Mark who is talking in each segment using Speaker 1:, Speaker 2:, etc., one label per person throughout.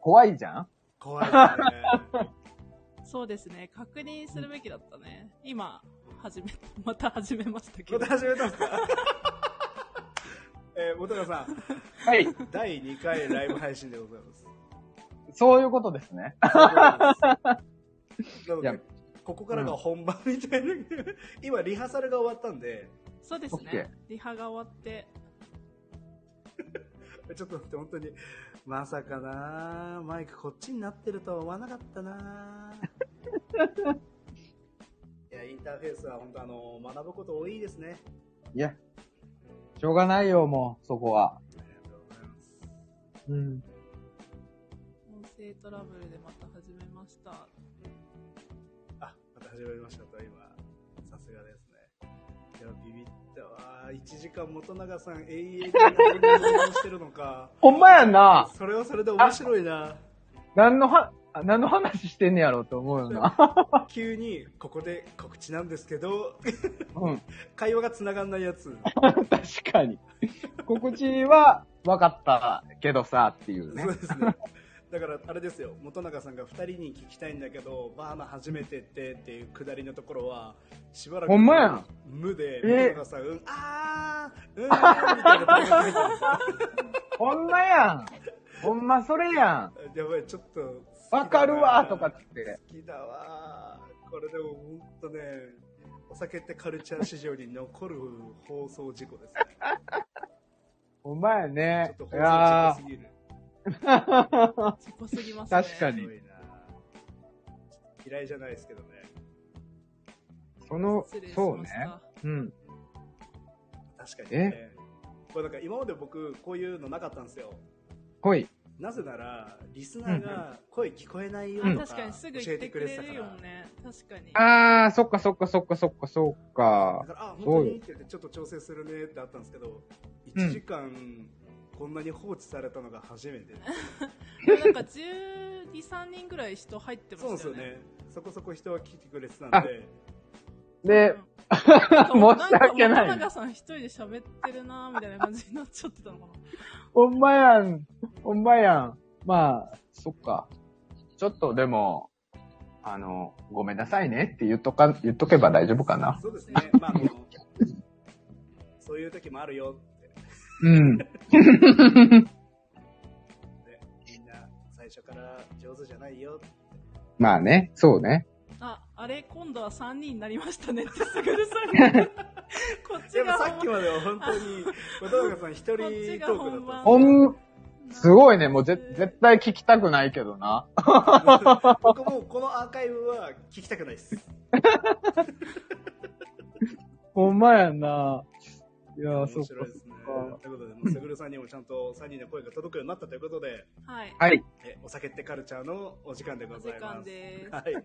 Speaker 1: 怖いじゃん
Speaker 2: 怖いね。
Speaker 3: そうですね。確認するべきだったね。今、始め、 また始めましたけ
Speaker 2: ま
Speaker 3: ど
Speaker 2: た。始めたんですかえー、元川さん、
Speaker 1: はい。
Speaker 2: 第2回ライブ配信でございます。
Speaker 1: そういうことですね。
Speaker 2: ないの
Speaker 1: や
Speaker 2: で、ここからが本番みたいな、今、リハーサルが終わったんで、
Speaker 3: そうです
Speaker 1: オッケー
Speaker 3: ね。リハが終わって、
Speaker 2: ちょっと待って、本当に、まさかなマイクこっちになってるとは思わなかったないや、インターフェースは本当、あの、学ぶこと多いですね。
Speaker 1: いや、しょうがないよ、もう、そこは。
Speaker 2: ありがとうございます。
Speaker 1: うん。
Speaker 3: 音声トラブルでまた始めました。
Speaker 2: あ、また始まりましたと、今。さすがですね。いや、ビビったわ。1時間元永さん永遠に何をしてるのか。
Speaker 1: ほんまやんな。
Speaker 2: それはそれで面白いな。
Speaker 1: 何のは、あ何の話してんねやろうと思うよな。
Speaker 2: 急に、ここで告知なんですけど、
Speaker 1: うん。
Speaker 2: 会話が繋がんないやつ。
Speaker 1: 確かに。心地は分かったけどさ、っていうね
Speaker 2: そう。ですね。だからあれですよ元永さんが2人に聞きたいんだけどバーナ初めてってっていうくだりのところはしばらく
Speaker 1: ほんまやん
Speaker 2: 無で
Speaker 1: え
Speaker 2: 元永さん「うんあーうん」みたいなところが出てるんですよ
Speaker 1: ほんまやん。ほんまそれやん。
Speaker 2: やばい、ちょっと好きだな。
Speaker 1: わかるわとかっつって
Speaker 2: 好きだわこれでも本当ね、お酒ってカルチャー市場に残る放送事故ですね。
Speaker 1: ほんまや
Speaker 2: ちょ
Speaker 1: ね
Speaker 2: っと。
Speaker 1: い
Speaker 2: 放送事
Speaker 1: や
Speaker 2: 故すぎる。
Speaker 1: ー
Speaker 3: 自己すぎますね。
Speaker 1: 確か
Speaker 2: す
Speaker 1: に
Speaker 2: ごいな嫌いじゃないですけどね。
Speaker 1: その
Speaker 3: 失礼、し
Speaker 1: そう
Speaker 3: ま
Speaker 1: ね
Speaker 3: し。
Speaker 1: うん。
Speaker 2: 確かにね。これなんか今まで僕、こういうのなかったんですよ。
Speaker 1: ほい。
Speaker 2: なぜなら、リスナーが声聞こえないよ
Speaker 1: う
Speaker 3: た。
Speaker 1: ん
Speaker 2: と
Speaker 3: 確か
Speaker 2: か
Speaker 3: にすぐ
Speaker 2: 教
Speaker 3: 言
Speaker 2: え
Speaker 3: ってて
Speaker 2: く
Speaker 3: く
Speaker 2: れてた
Speaker 3: れる
Speaker 2: から
Speaker 3: よ。ね。確かに。
Speaker 1: あー、そっかそっかそっかそっかそっか
Speaker 2: だ。から、あ、
Speaker 1: そう
Speaker 2: 本当にって言って、ちょっと調整するねってあったんですけど、
Speaker 1: うん
Speaker 2: 1時間、こんなに放置されたのが初めて。
Speaker 3: なんか12、3人ぐらい人入ってま
Speaker 2: そうで
Speaker 3: し
Speaker 2: す
Speaker 3: た
Speaker 2: よ
Speaker 3: よね。
Speaker 2: ね。そこそこ人は聞いてくれてたん
Speaker 1: あ
Speaker 2: で、
Speaker 1: で、
Speaker 3: なんか
Speaker 1: 申し訳ない
Speaker 3: んか元永さん一人で喋ってるなーみたいな感じになっちゃってたのかな。
Speaker 1: ほんまやん。ほんまやん。まあ、そっか。ちょっとでも、あの、ごめんなさいねって言っとか、言っとけば大丈夫かな。
Speaker 2: そうですね。まあ、あの、そういう時もあるよって
Speaker 1: うん。
Speaker 2: ね。みんな、最初から上手じゃないよ。
Speaker 1: まあね、そうね。
Speaker 3: あ、あれ、今度は3人になりましたねってすぐるさんがこっち
Speaker 2: でも
Speaker 3: が
Speaker 2: さっき
Speaker 3: 本
Speaker 2: までは本当に、小永さん一人トークだった
Speaker 1: ほ
Speaker 3: こっちが
Speaker 2: んで
Speaker 1: ん、すごいね。もうぜ、絶対聞きたくないけどな。
Speaker 2: すよ。僕もこのアーカイブは聞きたくないです。
Speaker 1: ほんまやんな。いや
Speaker 2: 面
Speaker 1: ー、そ
Speaker 2: 白
Speaker 1: っか。
Speaker 2: いですね。ということで、もうすぐるさんにもちゃんと3人の声が届くようになったということで、
Speaker 3: はい。
Speaker 1: はい。
Speaker 2: えお酒ってカルチャーのお時間でご
Speaker 3: お
Speaker 2: ざ
Speaker 3: 時
Speaker 2: いま
Speaker 3: 間
Speaker 2: す。
Speaker 3: です。
Speaker 2: はい。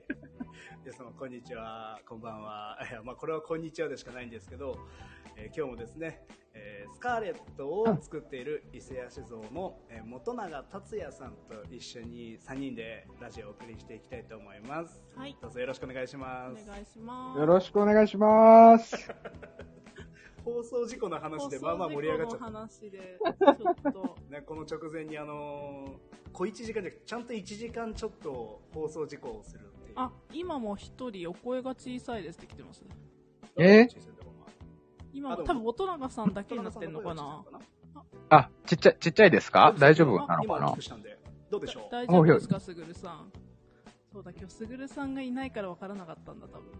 Speaker 2: 皆様、こんにちは、こんばんは。 いやまあ、これはこんにちはでしかないんですけど、えー今日もですね、えースカーレットを作っている伊勢屋酒造の、えー元永達也さんと一緒に3人でラジオをお送りしていきたいと思います。
Speaker 3: はい。
Speaker 2: どうぞよろしくお願いしま
Speaker 3: お
Speaker 2: す。
Speaker 3: 願いします。
Speaker 1: よろしくお願いします。
Speaker 2: 放送事故の話でまあまあ盛り上がっちゃった。
Speaker 3: 放送事故の話で、ちょっと、
Speaker 2: ね、この直前にあのー小1時間じゃなくてちゃんと1時間ちょっと放送事故をするっていう。
Speaker 3: あ、今も一人お声が小さいですって来てます。
Speaker 1: え
Speaker 3: 今
Speaker 2: あでも
Speaker 3: も多分元永さんだけになってんのかな。
Speaker 1: あ、ちっちゃい、ちっちゃいですか大丈夫
Speaker 2: 今
Speaker 1: なのか
Speaker 2: 大
Speaker 1: な
Speaker 2: きくしたんで。どうでしょう
Speaker 3: 大丈夫ですか、すぐるさん。そうだ、今日すぐるさんがいないからわからなかったんだ、多分。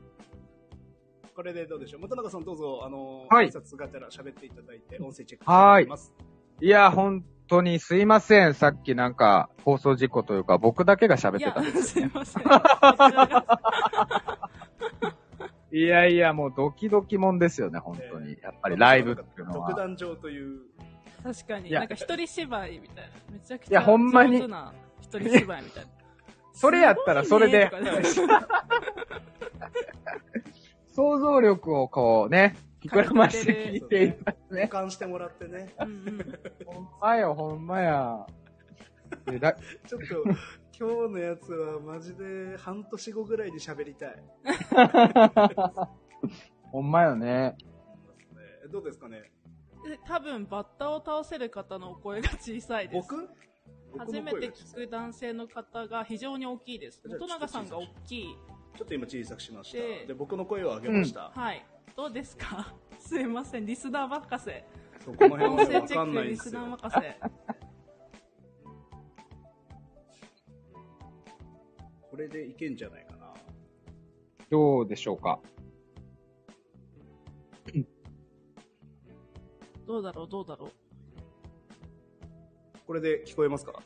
Speaker 2: これでどうでしょう元永さんどうぞ、あのー、
Speaker 1: はい
Speaker 2: 挨拶がてら喋っていただいて、音声チェックして
Speaker 1: はーい
Speaker 2: います。
Speaker 1: いや、本当にすいません。さっきなんか、放送事故というか、僕だけが喋っ
Speaker 3: い
Speaker 1: て
Speaker 3: や
Speaker 1: た。、
Speaker 3: すいません。こちらが
Speaker 1: いやいや、もうドキドキもんですよね、本当に。やっぱりライブっていうの
Speaker 2: 独
Speaker 1: は。
Speaker 2: 壇場という、
Speaker 3: 確かに。
Speaker 1: いや
Speaker 3: なんか一人芝居みたいな。めちゃくちゃ。
Speaker 1: いやほんまに
Speaker 3: 上手な一人芝居みたいな。
Speaker 1: それやったらそれです
Speaker 3: ごいねとかね
Speaker 1: 想像力をこうね、膨らまして聞いていた
Speaker 2: 保
Speaker 1: ね。
Speaker 2: 管してもらってね。
Speaker 3: うんうん。
Speaker 1: ほんまよ、ほんまや。でだ
Speaker 2: ちょっと、今日のやつはマジで半年後ぐらいに喋りたい。
Speaker 1: ほんまよね。
Speaker 2: どうですかね
Speaker 3: で多分、バッタを倒せる方のお声が小さいです。
Speaker 2: 僕僕
Speaker 3: 初
Speaker 2: の
Speaker 3: め
Speaker 2: 声
Speaker 3: て
Speaker 2: が小
Speaker 3: 聞
Speaker 2: さい
Speaker 3: く男性の方が非常に大きいです。
Speaker 2: じゃあ
Speaker 3: 元永さんが大きい。
Speaker 2: ちょっと今小さくしました
Speaker 3: で
Speaker 2: で僕の声を上げました、
Speaker 3: はい。どうですか すいません、リスナー任せ。
Speaker 2: そうこの辺
Speaker 3: 音
Speaker 2: は
Speaker 3: 声
Speaker 2: ねわ
Speaker 3: チェ
Speaker 2: かん
Speaker 3: ッ
Speaker 2: ない
Speaker 3: ク
Speaker 2: ん
Speaker 3: リ
Speaker 2: で
Speaker 3: ス
Speaker 2: す
Speaker 3: ナー
Speaker 2: よ
Speaker 3: 任せ。
Speaker 2: これでいけんじゃないかな
Speaker 1: どうでしょうか
Speaker 3: どうだろう、どうだろう。
Speaker 2: これで聞こえますか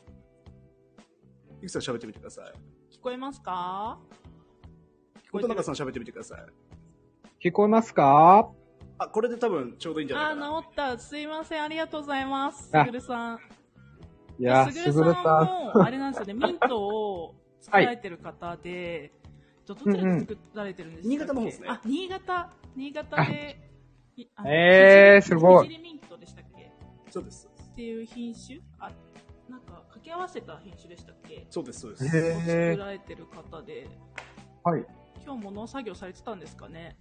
Speaker 2: ゆきさん喋ってみてください
Speaker 3: 聞こえますか聞こえ
Speaker 2: 本
Speaker 3: て
Speaker 2: 中
Speaker 3: る
Speaker 2: さん喋ってみてください
Speaker 1: 聞こえますか
Speaker 2: あこれで多分ちょうどいいんじゃない
Speaker 3: あ
Speaker 2: かな
Speaker 3: ー、治った。すいません、ありがとうございます。
Speaker 1: あ
Speaker 3: すぐるさん。
Speaker 1: いや、
Speaker 3: す
Speaker 1: す
Speaker 3: ぐる
Speaker 1: ぐ
Speaker 3: さ
Speaker 1: る
Speaker 3: ん
Speaker 1: さ
Speaker 3: も、あれなんですよね、ミントを作られてる方で、どどちらで作られてるんですか、
Speaker 2: 新潟の方ですね
Speaker 3: あ、新潟。新潟で、いあの
Speaker 1: えーすごい
Speaker 3: ひじりミントでしたっけ
Speaker 2: そうです
Speaker 3: っていう品種あ、なんか掛け合わせた品種でしたっけ
Speaker 2: そうですそうで
Speaker 1: ん。
Speaker 2: す
Speaker 3: を
Speaker 1: へ
Speaker 3: 作られてる方で、
Speaker 1: ーはい。
Speaker 3: 今日も農作業されてたんですかね。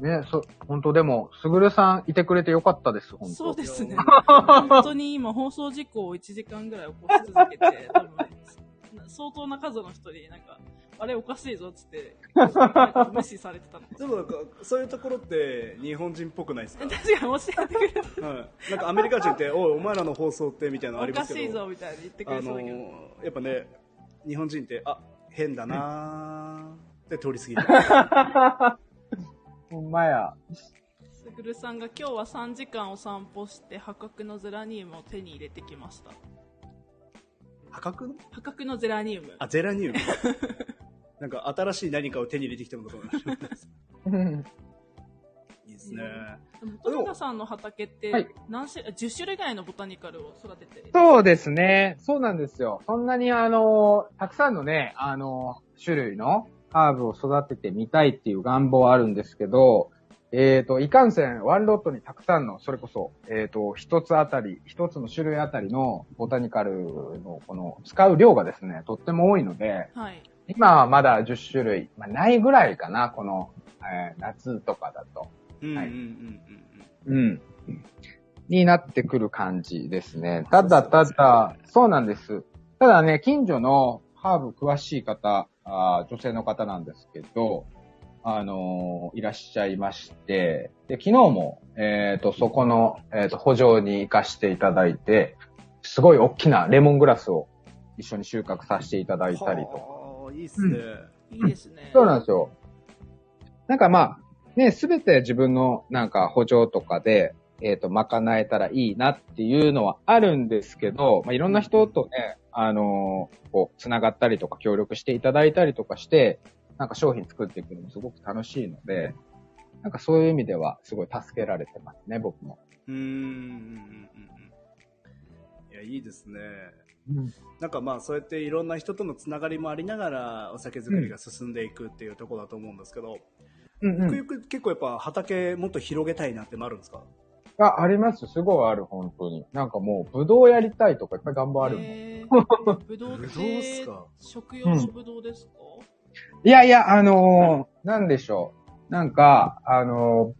Speaker 1: ね、そ、本当でも、すぐるさんいてくれてよかったです、本当
Speaker 3: そうですね。本
Speaker 2: 本
Speaker 3: 当に今放送事故を1時間ぐらい起こし続けて、多分、相当な数の人になんか、あれおかしいぞっつって、なんか無視されて たの。
Speaker 2: でもなんかそういうところって日本人っぽくないですか、
Speaker 3: 確かに教えてくれる。
Speaker 2: はい、なんかアメリカ人って「おいお前らの放送って」みたいなのあ
Speaker 3: お
Speaker 2: りま
Speaker 3: か
Speaker 2: す
Speaker 3: し
Speaker 2: け
Speaker 3: い
Speaker 2: ど
Speaker 3: ぞみたいに言ってく
Speaker 2: あ
Speaker 3: れそ
Speaker 2: の
Speaker 3: うだけど。
Speaker 2: ーやっぱね日本人ってあ変だなーで通り過ぎる
Speaker 1: ほんま や。
Speaker 3: すぐるさんが今日は3時間お散歩して破格のゼラニウムを手に入れてきました。
Speaker 2: 破格の
Speaker 3: 破格のゼラニウム。
Speaker 2: あゼラニウムなんか新しい何かを手に入れてきたのかもしれないですいいですね
Speaker 3: トヨタさんの畑っ
Speaker 1: はい
Speaker 3: て何種、10種類ぐらいのボタニカルを育ててる。
Speaker 1: そうですね。そうなんですよ。そんなにあの、たくさんのね、あの、種類のハーブを育ててみたいっていう願望はあるんですけど、えっ、と、いかんせん、ワンロットにたくさんの、それこそ、えっ、と、一つあたり、一つの種類あたりのボタニカルの、この、使う量がですね、とっても多いので、
Speaker 3: はい。
Speaker 1: 今はまだ10種類、まあ、ないぐらいかな、この、えー夏とかだと。
Speaker 2: うんうんうん
Speaker 1: は
Speaker 2: う
Speaker 1: い
Speaker 2: んうん
Speaker 1: うん。になってくる感じですね。ただただ、そうなんです。ただね、近所のハーブ詳しい方、あー女性の方なんですけど、あのーいらっしゃいまして、で、昨日も、えっ、と、そこの、えっ、と、補助に行かしていただいて、すごい大きなレモングラスを一緒に収穫させていただいたりとか
Speaker 2: はあいいっすね、
Speaker 3: いいですね。
Speaker 1: そうなんですよ。なんかまあ、ね、すべて自分のなんか補助とかで、えっ、と、賄えたらいいなっていうのはあるんですけど、まあ、いろんな人とね、あのーこう、つながったりとか協力していただいたりとかして、なんか商品作っていくのもすごく楽しいので、なんかそういう意味ではすごい助けられてますね、僕も。
Speaker 2: うーんうんうんうんうんいやいいですねなんかまあそうやっていろんな人とのつながりもありながらお酒作りが進んでいくっていうところだと思うんですけど、
Speaker 1: うん
Speaker 2: ゆくゆく結構やっぱ畑もっと広げたいなってなるんですか
Speaker 1: あ、あります。すごいある、本当に。なんかもう、ブドウやりたいとかいっぱい願望あるもん。
Speaker 3: へー ぶどう
Speaker 2: ぶどう
Speaker 3: っ
Speaker 2: っす
Speaker 3: て
Speaker 2: か
Speaker 3: 食用のぶどうですか、
Speaker 1: いやいや、あのーなんでしょう。なんか、あの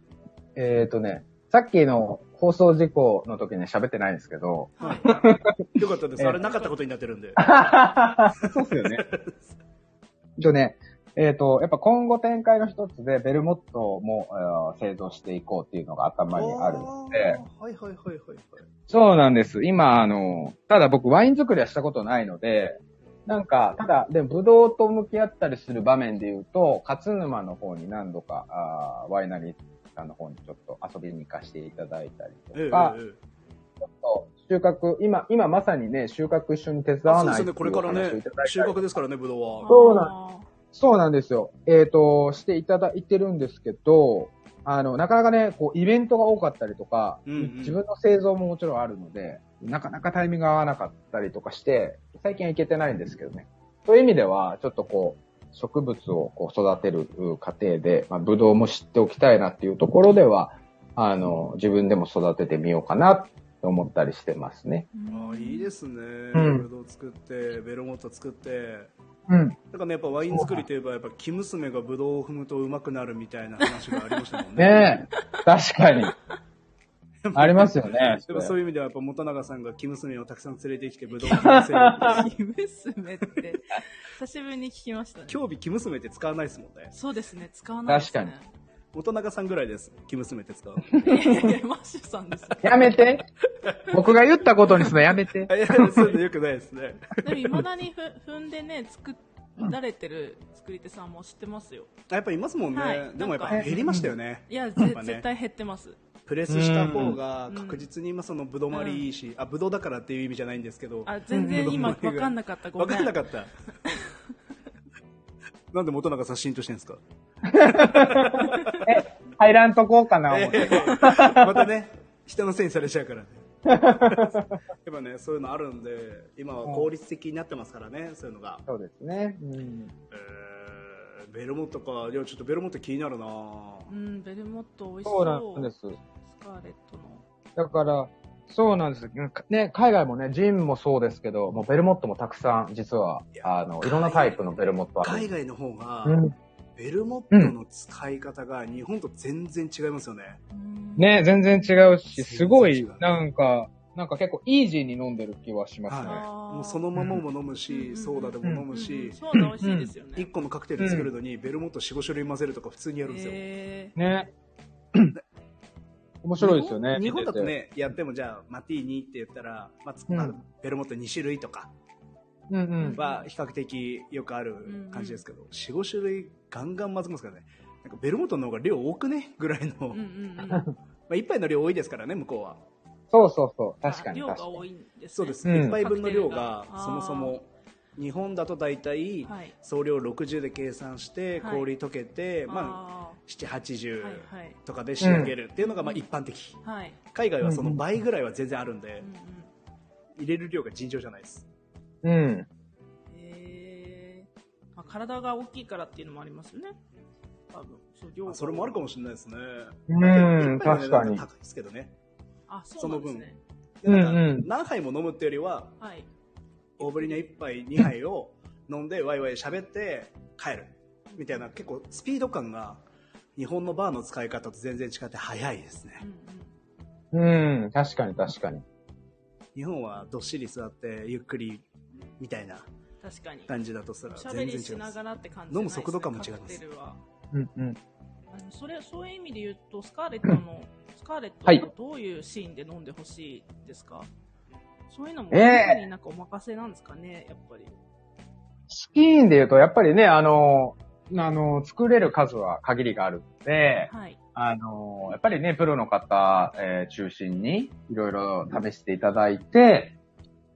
Speaker 1: ーえっ、とね、さっきの放送事故の時には喋ってないんですけど、
Speaker 2: うん
Speaker 3: はい。
Speaker 2: よかったです、
Speaker 1: ええ
Speaker 2: あれなかったことになってるんで
Speaker 1: そうっすよ ね。とね、えっ、と、やっぱ今後展開の一つでベルモットも、えー製造していこうっていうのが頭にあるので、
Speaker 2: あーはいはいはいはいはい
Speaker 1: そうなんです。今、あの、ただ僕ワイン作りはしたことないので、なんか、ただ、で、ブドウと向き合ったりする場面で言うと、勝沼の方に何度か、あーワイナリーさんの方にちょっと遊びに行かせていただいたり
Speaker 2: ええ
Speaker 1: とか、
Speaker 2: ええ
Speaker 1: 収穫、今、今まさにね、収穫一緒に手伝
Speaker 2: あ
Speaker 1: わ
Speaker 2: そうで
Speaker 1: ない
Speaker 2: す
Speaker 1: ってい
Speaker 2: ね
Speaker 1: う
Speaker 2: これから
Speaker 1: お話を
Speaker 2: ね
Speaker 1: いただいたり
Speaker 2: 収穫ですからねぶどうは
Speaker 1: そうなん
Speaker 3: あ
Speaker 1: そうなんですよ。えっ、と、していただいてるんですけど、あの、なかなかね、こう、イベントが多かったりとか、
Speaker 2: うんうん
Speaker 1: 自分の製造ももちろんあるので、なかなかタイミングが合わなかったりとかして、最近は行けてないんですけどね。そういう意味では、ちょっとこう、植物をこう育てるう過程で、まあ、ブドウも知っておきたいなっていうところでは、あの、自分でも育ててみようかなと思ったりしてますね。
Speaker 3: ー
Speaker 2: あーいいですね、
Speaker 1: ん
Speaker 2: ぶどう作ってベロモット作って
Speaker 1: うん。
Speaker 2: なんかねやっぱワイン作りといえばやっぱ生娘が ぶどうを踏むとうまくなるみたいな話がありましたもんね
Speaker 1: ねえ。確かに。ありますよね。
Speaker 2: でもそう
Speaker 1: れ
Speaker 2: いう意味では、やっぱ元永さんが生娘をたくさん連れてきて、武道館にせ る。
Speaker 3: 生 娘って、久しぶりに聞きましたね。
Speaker 2: 今日日、生娘って使わないですもんね。
Speaker 3: そうですね、使わないです、ね。
Speaker 2: 元永さんぐらいです。生娘って使うの。
Speaker 3: 確かに。いやいやマッシュさんですよ。
Speaker 1: やめて。僕が言ったことにするのやめて。
Speaker 2: あいや、そういうのよくないですね。
Speaker 3: でも、未だにふ踏んでね、作られてる作り手さんも知ってますよ。
Speaker 2: あやっぱいますもんね。
Speaker 3: はい
Speaker 2: でもやっ
Speaker 3: な
Speaker 2: ぱ
Speaker 3: んか
Speaker 2: 減りましたよね。
Speaker 3: いや、ぜ
Speaker 2: なんかね
Speaker 3: 絶対減ってます。
Speaker 2: プレスした方が確実に今そのぶどまりいいし、あ、ぶどうだからっていう意味じゃないんですけど、
Speaker 3: あ、全然今分かんなかった。ご
Speaker 2: わ
Speaker 3: め。
Speaker 2: かんなんか った。なんで元永さん浸透してるんですか
Speaker 1: 入らんとこうかな、思って。
Speaker 2: またね、人のせいにされちゃうから ね。やっぱね、そういうのあるんで、今は効率的になってますからね、そういうのが。
Speaker 1: そうですね。うん。
Speaker 2: えー、ベルモットか、いや、ちょっとベルモット気になるな
Speaker 3: うん、ベルモット美味し
Speaker 1: そう
Speaker 3: そ
Speaker 1: なん
Speaker 3: う。
Speaker 1: です。
Speaker 3: スカーレットの。
Speaker 1: だから、そうなんです。ね、海外もね、ジンもそうですけど、もうベルモットもたくさん、実は、あの、いろんなタイプのベルモットあ
Speaker 2: 海
Speaker 1: る。
Speaker 2: 外の方が、
Speaker 1: うん、
Speaker 2: ベルモットの使い方が日本と全然違いますよね。
Speaker 3: うん、
Speaker 1: ね、全然違うし、すご
Speaker 2: 全
Speaker 1: い
Speaker 2: 然違う、
Speaker 1: なんか、なんか結構イージーに飲んでる気はしますね。
Speaker 2: は
Speaker 3: あー
Speaker 2: もうそのままも飲むし、
Speaker 3: うん
Speaker 2: ソーダでも飲むし、
Speaker 3: そうだ、美味しいですよね。
Speaker 2: 1個のカクテル作るのにベルモット4、5種類混ぜるとか普通にやるんですよ。
Speaker 3: え
Speaker 1: ね。面白いですよね。
Speaker 2: 日本日本だと
Speaker 1: 見てて。
Speaker 2: ね、やってもじゃあ、マティーニって言ったら、まあつ
Speaker 1: うん
Speaker 2: あのベルモット2種類とか
Speaker 1: うんうん。
Speaker 2: は比較的よくある感じですけど、4、5種類ガンガン混ぜますからね。なんかベルモットの方が量多くねぐらいの、
Speaker 3: ーうん
Speaker 2: ま
Speaker 3: うんうん。
Speaker 2: あ1杯の量多いですからね、向こうは。
Speaker 1: そうそうそう。確かに
Speaker 3: 量
Speaker 1: 確
Speaker 3: が
Speaker 1: か
Speaker 3: 多
Speaker 1: に。
Speaker 3: いんです、ね。
Speaker 2: そうです。
Speaker 1: うん
Speaker 2: 1杯分の量が
Speaker 3: カクテルが
Speaker 2: そもそも、日本だと大体、
Speaker 3: はい。
Speaker 2: 総量60で計算して、
Speaker 3: はい
Speaker 2: 氷溶けて、まあ、
Speaker 3: あ
Speaker 2: 7、
Speaker 3: ー
Speaker 2: 80
Speaker 3: はいはい。
Speaker 2: とかで仕上げるっていうのが、まあ
Speaker 3: うん
Speaker 2: 一般的。
Speaker 3: はい。
Speaker 2: 海外はその倍ぐらいは全然あるんで
Speaker 3: うんう、ん。
Speaker 2: 入れる量が尋常じゃないです。
Speaker 1: うん。
Speaker 3: えー。まあ、体が大きいからっていうのもありますよね。多分。そう、量
Speaker 2: ま
Speaker 3: が
Speaker 2: あそれもあるかもしれないですね。
Speaker 1: うん、
Speaker 2: 一杯の
Speaker 1: 確
Speaker 2: 値
Speaker 1: か
Speaker 2: 段
Speaker 1: に
Speaker 2: が。高いですけどね。
Speaker 3: あ、そうなんですね。
Speaker 2: でなんか
Speaker 1: うんうん
Speaker 2: 何杯も飲むってよりは、
Speaker 3: はい。
Speaker 2: 大ぶりの一杯、二杯を飲んで、ワイワイ喋って帰る。みたいな、結構スピード感が、日本のバーの使い方と全然違って早いですね。
Speaker 3: うんうん。
Speaker 1: うん、確かに確かに。
Speaker 2: 日本はどっしり座ってゆっくりみたいな
Speaker 3: 確かに。
Speaker 2: 感じだとしたら
Speaker 3: おしゃべ
Speaker 2: 全然
Speaker 3: り
Speaker 2: 違
Speaker 3: し
Speaker 2: いま
Speaker 3: な
Speaker 2: す
Speaker 3: がらって感じ
Speaker 2: 飲む速度感も違います
Speaker 3: カクテルは
Speaker 1: うんうん。
Speaker 3: あのそれそういう意味で言うとスカーレットのスカーレット
Speaker 1: はい
Speaker 3: はどういうシーンで飲んでほしいですか、そういうのも
Speaker 1: ええ
Speaker 3: になんかお任せなんですかねやっぱり
Speaker 1: スキーンで言うと、やっぱりね、あの、あの、作れる数は限りがあるので、
Speaker 3: はい
Speaker 1: あの、やっぱりね、プロの方、えー中心に、いろいろ試していただいて、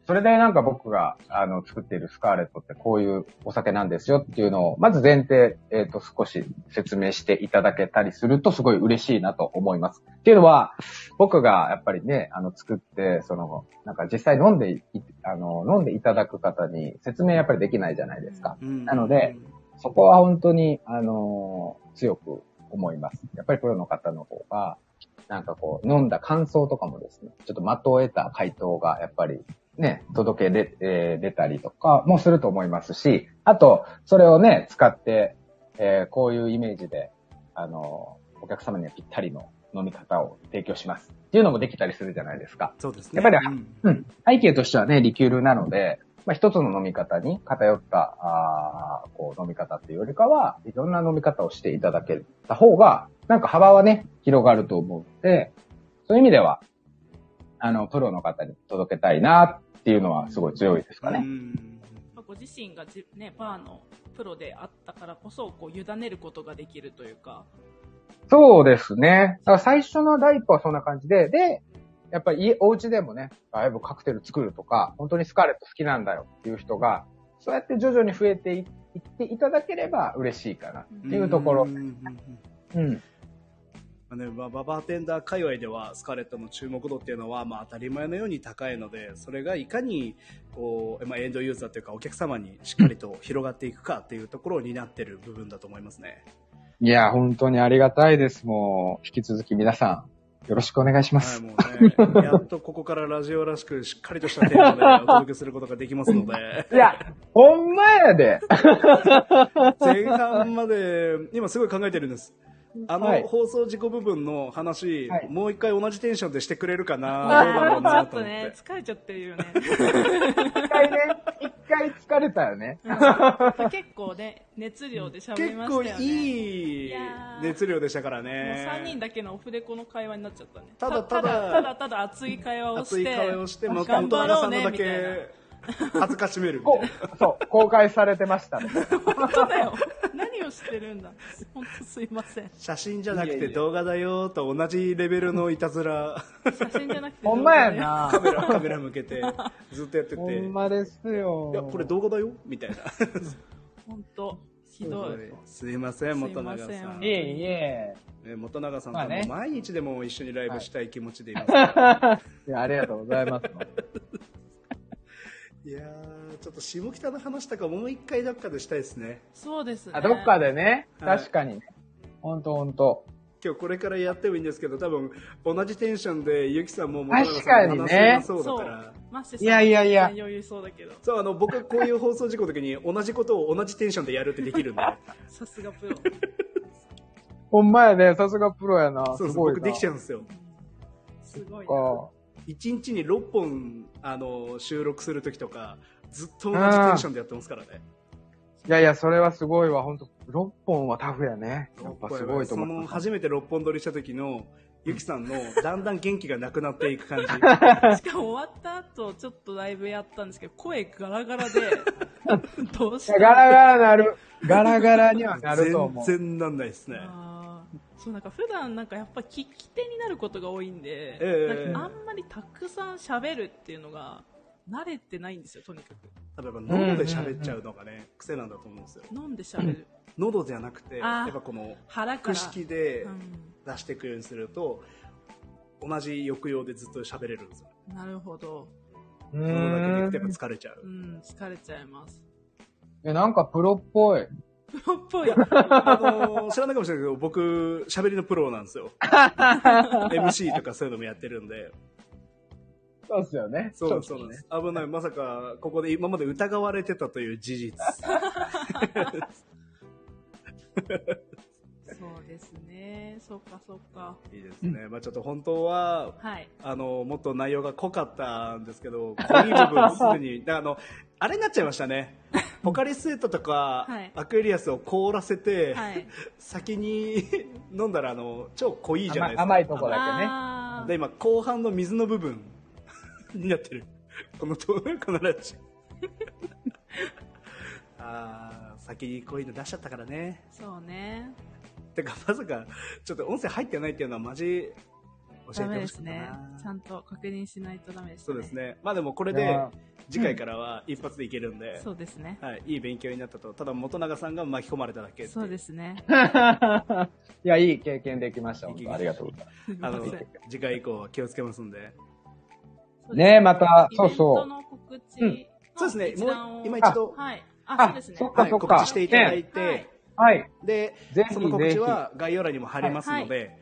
Speaker 1: それでなんか僕が、あの、作っているスカーレットってこういうお酒なんですよっていうのを、まず前提、えっ、と、少し説明していただけたりするとすごい嬉しいなと思います。っていうのは、僕がやっぱりね、あの、作って、その、なんか実際飲んでい、あの、飲んでいただく方に説明やっぱりできないじゃないですか。
Speaker 2: うん
Speaker 1: なのでそこは本当に、あのー強く思います。やっぱりプロの方の方が、なんかこう、飲んだ感想とかもですね、ちょっと的を得た回答が、やっぱり、ね、届けで、えー出たりとかもすると思いますし、あと、それをね、使って、えーこういうイメージで、あのーお客様にはぴったりの飲み方を提供します。っていうのもできたりするじゃないですか。
Speaker 2: そうです
Speaker 1: やっぱり
Speaker 2: うん
Speaker 1: うん。背景としてはね、リキュールなので、まあ、一つの飲み方に偏った、あーこう、飲み方っていうよりかは、いろんな飲み方をしていただけた方が、なんか幅はね、広がると思うので、そういう意味では、あの、プロの方に届けたいなっていうのはすごい強いですか
Speaker 2: う
Speaker 1: ね。
Speaker 2: ん
Speaker 3: まあご自身がじ、ね、バーのプロであったからこそこう委ねることができるというか
Speaker 1: そうですね。だから最初の第一歩はそんな感じで、で、やっぱり家、お家でもね、だいぶカクテル作るとか、本当にスカーレット好きなんだよっていう人が、そうやって徐々に増えていいっていただければ嬉しいかなっていうところ
Speaker 2: ん。んん
Speaker 1: うん。
Speaker 2: まあねバババーテンダー界隈ではスカーレットの注目度っていうのは、まあ、当たり前のように高いのでそれがいかにこう、まあ、エンドユーザーというかお客様にしっかりと広がっていくかっていうところになってる部分だと思いますね。
Speaker 1: いや、本当にありがたいです。もう、引き続き皆さん、よろしくお願いしま
Speaker 2: はい、
Speaker 1: す。
Speaker 2: もう ね、やっとここからラジオらしくしっかりとしたテーマでお届けすることができますので。
Speaker 1: い、や、ほんまやで。
Speaker 2: 前半まで、今すごい考えてるんです。あ
Speaker 1: は
Speaker 2: の
Speaker 1: い
Speaker 2: 放送事故部分の話、
Speaker 1: はい
Speaker 2: もう一回同じテンションでしてくれるかな、どうだろう
Speaker 3: あ
Speaker 2: な
Speaker 3: ーちょっ
Speaker 2: と
Speaker 3: と
Speaker 2: 思って
Speaker 3: ね、。疲れちゃってるよね。
Speaker 1: 一回ね、一回疲れたよね。
Speaker 3: 結構ね、熱量で喋
Speaker 2: 結
Speaker 3: りまし
Speaker 2: 構
Speaker 3: たよね。
Speaker 2: いい
Speaker 3: いやー
Speaker 2: 熱量でしたから
Speaker 3: もう
Speaker 2: ね。
Speaker 3: 3人だけのオフレコの会話になっちゃったね。
Speaker 2: ただただ
Speaker 3: ただただ熱い会話をして、
Speaker 2: 熱い顔をして、また
Speaker 3: 頑
Speaker 2: 元
Speaker 3: 張
Speaker 2: 永
Speaker 3: ろ
Speaker 2: さ
Speaker 3: うん
Speaker 2: の
Speaker 3: ね、
Speaker 2: だ
Speaker 3: みたいな。
Speaker 2: け恥ずかしめるみ
Speaker 1: こ
Speaker 2: たいな。
Speaker 1: う、そう、公開されてましたね。
Speaker 3: 本当だよ。何をしてるんだ。本当すいません。
Speaker 2: 写真じゃな
Speaker 1: い
Speaker 2: く
Speaker 1: や
Speaker 2: て
Speaker 1: いや
Speaker 2: 動画だよと同じレベルのいたず ら、
Speaker 3: 写真じゃなくて。
Speaker 1: ほんまや
Speaker 3: な。
Speaker 2: カ
Speaker 1: な。
Speaker 2: メラカメラ向けてずっとやってて、
Speaker 1: ほ
Speaker 2: い
Speaker 1: んまですよ。
Speaker 2: や、これ動画だよみたいな。
Speaker 3: 本当ひどい。
Speaker 2: すいません、元永
Speaker 3: すい
Speaker 2: さ
Speaker 3: ま
Speaker 2: ん
Speaker 3: せ
Speaker 1: い。
Speaker 3: ん
Speaker 1: えいえ。
Speaker 2: ね元永さんと
Speaker 1: まあ
Speaker 2: は
Speaker 1: ね
Speaker 2: もう毎日でも一緒にライブしたい気持ちでいます。
Speaker 1: いや、ありがとうございます。
Speaker 2: い、やー、ちょっと下北の話とかもう一回どっかでしたいですね。
Speaker 3: そうですね。
Speaker 1: あ、どっかでね、
Speaker 2: はい
Speaker 1: 確かにね。ほんとほんと。
Speaker 2: 今日これからやってもいいんですけど、多分同じテンションでゆきさんも元永
Speaker 1: 確
Speaker 2: さ
Speaker 1: か
Speaker 2: んも
Speaker 1: にね
Speaker 2: 話せなそ
Speaker 3: そう
Speaker 2: うだから。
Speaker 3: マッシェさん
Speaker 1: いやいやいや
Speaker 3: 余裕そうだけど。
Speaker 2: そうあの僕こういう放送事故の時に同じことを同じテンションでやるってできるんで
Speaker 3: さすがプ ロ。
Speaker 1: ほんまやね、さすがプロやな。
Speaker 2: そう
Speaker 1: す
Speaker 2: そう
Speaker 1: ごい
Speaker 2: 僕
Speaker 1: な。
Speaker 2: できちゃうんですよ
Speaker 3: すごいな。
Speaker 1: か。
Speaker 2: 1日に6本あの収録する時とかずっと同じテンションでやってますからね
Speaker 1: いやいや、それはすごいわ。ほんと、6本はタフやね。やっぱすごいと
Speaker 2: そ
Speaker 1: 思
Speaker 2: の
Speaker 1: う。
Speaker 2: 初めて6本撮りした時のゆきさんのだんだん元気がなくなってい く感じ
Speaker 3: しかも終わった後、ちょっとライブやったんですけど、声ガラガラで、 どうし
Speaker 1: いや
Speaker 3: た
Speaker 1: ガラガラなる。ガラガラにはなると思う。
Speaker 2: 全然なんないですね
Speaker 3: あーそうなんか普段なんかやっぱ聞き手になることが多いんで、
Speaker 2: ええ
Speaker 3: なんかあんまりたくさん喋るっていうのが慣れてないんですよとにかく
Speaker 2: 多分やっぱ喉で喋っちゃうのがね癖なんだと思うんですよ
Speaker 3: 飲んで喋る、
Speaker 2: 喉じゃなくて
Speaker 3: あ
Speaker 2: や
Speaker 3: ー
Speaker 2: っぱこの
Speaker 3: 腹か
Speaker 2: 腹
Speaker 3: ら、
Speaker 2: 式で
Speaker 3: う
Speaker 2: 出していくようにすると同じ抑揚でずっと喋れるんですよ
Speaker 3: ん、なるほど、
Speaker 1: う
Speaker 2: そのだけで
Speaker 1: ー
Speaker 2: いくとやっ
Speaker 1: ん。い
Speaker 2: ぱ疲れちゃ う
Speaker 3: う。ん、疲れちゃいます
Speaker 1: や、なんかプロっぽい。
Speaker 3: プロっぽい
Speaker 2: いや、あのー知らないかもしれないけど、僕、喋りのプロなんですよ。MC とかそういうのもやってるんで。
Speaker 1: そうっすよね。
Speaker 2: そう
Speaker 1: ち
Speaker 2: そ
Speaker 1: ょっ
Speaker 2: う
Speaker 1: とね。
Speaker 2: 危ない。まさか、ここで今まで疑われてたという事実。
Speaker 3: そうですねそうかそうか
Speaker 2: いいですね。まあちょっと本当は、
Speaker 3: はい
Speaker 2: あのーもっと内容が濃かったんですけど、濃い部分すぐに、だからあの、あれになっちゃいましたね。ポカリスエットとか、
Speaker 3: はい
Speaker 2: アクエリアスを凍らせて、
Speaker 3: はい
Speaker 2: 先に 飲んだら、あの、超濃いじゃないですか。
Speaker 1: 甘い甘いとこだけね
Speaker 3: あ
Speaker 2: で今後半の水の部分 になってるこのと このラジオあー先にこういうの出しちゃったからね
Speaker 3: ーそうね
Speaker 2: てかまさかちょっと音声入ってないっていうのはマジ教
Speaker 3: ダ
Speaker 2: えて
Speaker 3: メ
Speaker 2: ほ
Speaker 3: で
Speaker 2: し
Speaker 3: す
Speaker 2: かったな、
Speaker 3: ねちゃんと確認しないとダメですね
Speaker 2: そうですねまあでもこれ
Speaker 1: い
Speaker 2: で
Speaker 1: や
Speaker 2: 次回からは一発でいけるんで、
Speaker 3: そうですね
Speaker 2: はい、いい勉強になったとただ元永さんが巻き込まれただけってい
Speaker 3: そうですね
Speaker 1: いや、いい経験できました。本当ありがとうございます。
Speaker 2: あの
Speaker 3: すいません
Speaker 2: 次回以降は気をつけますんで
Speaker 3: そうです
Speaker 1: ねえまたそうそう
Speaker 3: イベントの告知
Speaker 1: う
Speaker 3: の
Speaker 1: ん
Speaker 2: そうですね
Speaker 3: 一覧を
Speaker 2: もう今一度
Speaker 3: はい。あ、そうですね。
Speaker 1: そっ
Speaker 2: は
Speaker 1: か
Speaker 2: い
Speaker 1: そっか。
Speaker 2: 告知していただい
Speaker 1: ね
Speaker 2: て、
Speaker 3: はい
Speaker 1: はい。
Speaker 2: で
Speaker 1: ぜひ
Speaker 2: その告
Speaker 1: ぜ
Speaker 2: 知
Speaker 1: ひ。
Speaker 2: は概要欄にも貼りますので、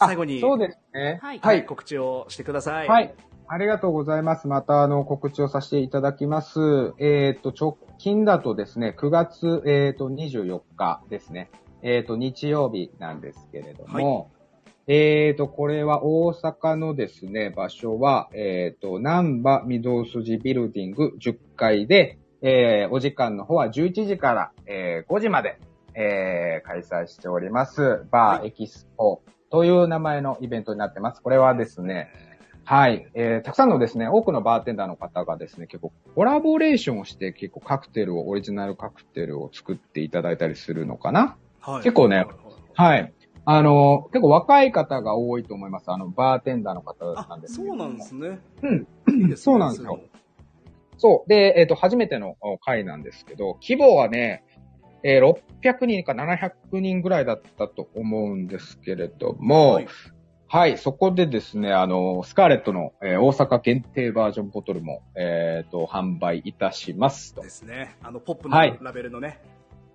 Speaker 1: あ
Speaker 2: 最後に
Speaker 1: そうですね。
Speaker 3: はい
Speaker 1: はい。
Speaker 2: 告知をしてください。
Speaker 1: はい。ありがとうございます。また、あの、告知をさせていただきます。えっ、と、直近だとですね、9月、えっ、と、24日ですね。えっ、と、日曜日なんですけれども、えっ、と、これは大阪のですね、場所は、えっ、と、南波御堂筋ビルディング10階で、えーお時間の方は11時から、えー5時まで、えー開催しております。バ
Speaker 2: は
Speaker 1: ーエキスポという名前のイベントになってます。これはですね、はい。えーたくさんのですね、多くのバーテンダーの方がですね、結構コラボレーションをして、結構カクテルを、オリジナルカクテルを作っていただいたりするのかな
Speaker 2: はい。
Speaker 1: 結構ね
Speaker 2: はい
Speaker 1: はい。あの、結構若い方が多いと思います。あの、バーテンダーの方な
Speaker 2: あ
Speaker 1: ん、ですけ
Speaker 2: そ
Speaker 1: ど
Speaker 2: うなんですね。
Speaker 1: うん
Speaker 2: いいね
Speaker 1: そうなんですよ。そう。で、えっ、と、初めてのお回なんですけど、規模はね、えー600人か700人ぐらいだったと思うんですけれども、
Speaker 2: は
Speaker 1: はいい、そこでですね、あの、スカーレットの、えー大阪限定バージョンボトルも、えっ、と、販売いたしますと
Speaker 2: で。すね。あの、ポップ
Speaker 1: はい
Speaker 2: のラベルのね。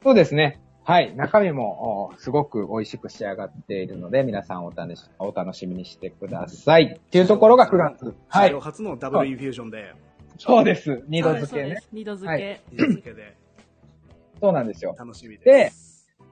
Speaker 1: そうですね。はい。中身も、おすごく美味しく仕上がっているので、皆さんお楽しお楽しみにしてください。っていうところが9月。は
Speaker 2: はい。
Speaker 1: い。
Speaker 2: 初のダブルインフュージョンで、
Speaker 1: そうです。二度
Speaker 3: そうです
Speaker 1: 漬け
Speaker 3: そうで
Speaker 1: ね。
Speaker 3: す二度漬け。
Speaker 2: いいですけで、
Speaker 1: そうなんですよ。
Speaker 2: 楽しみです。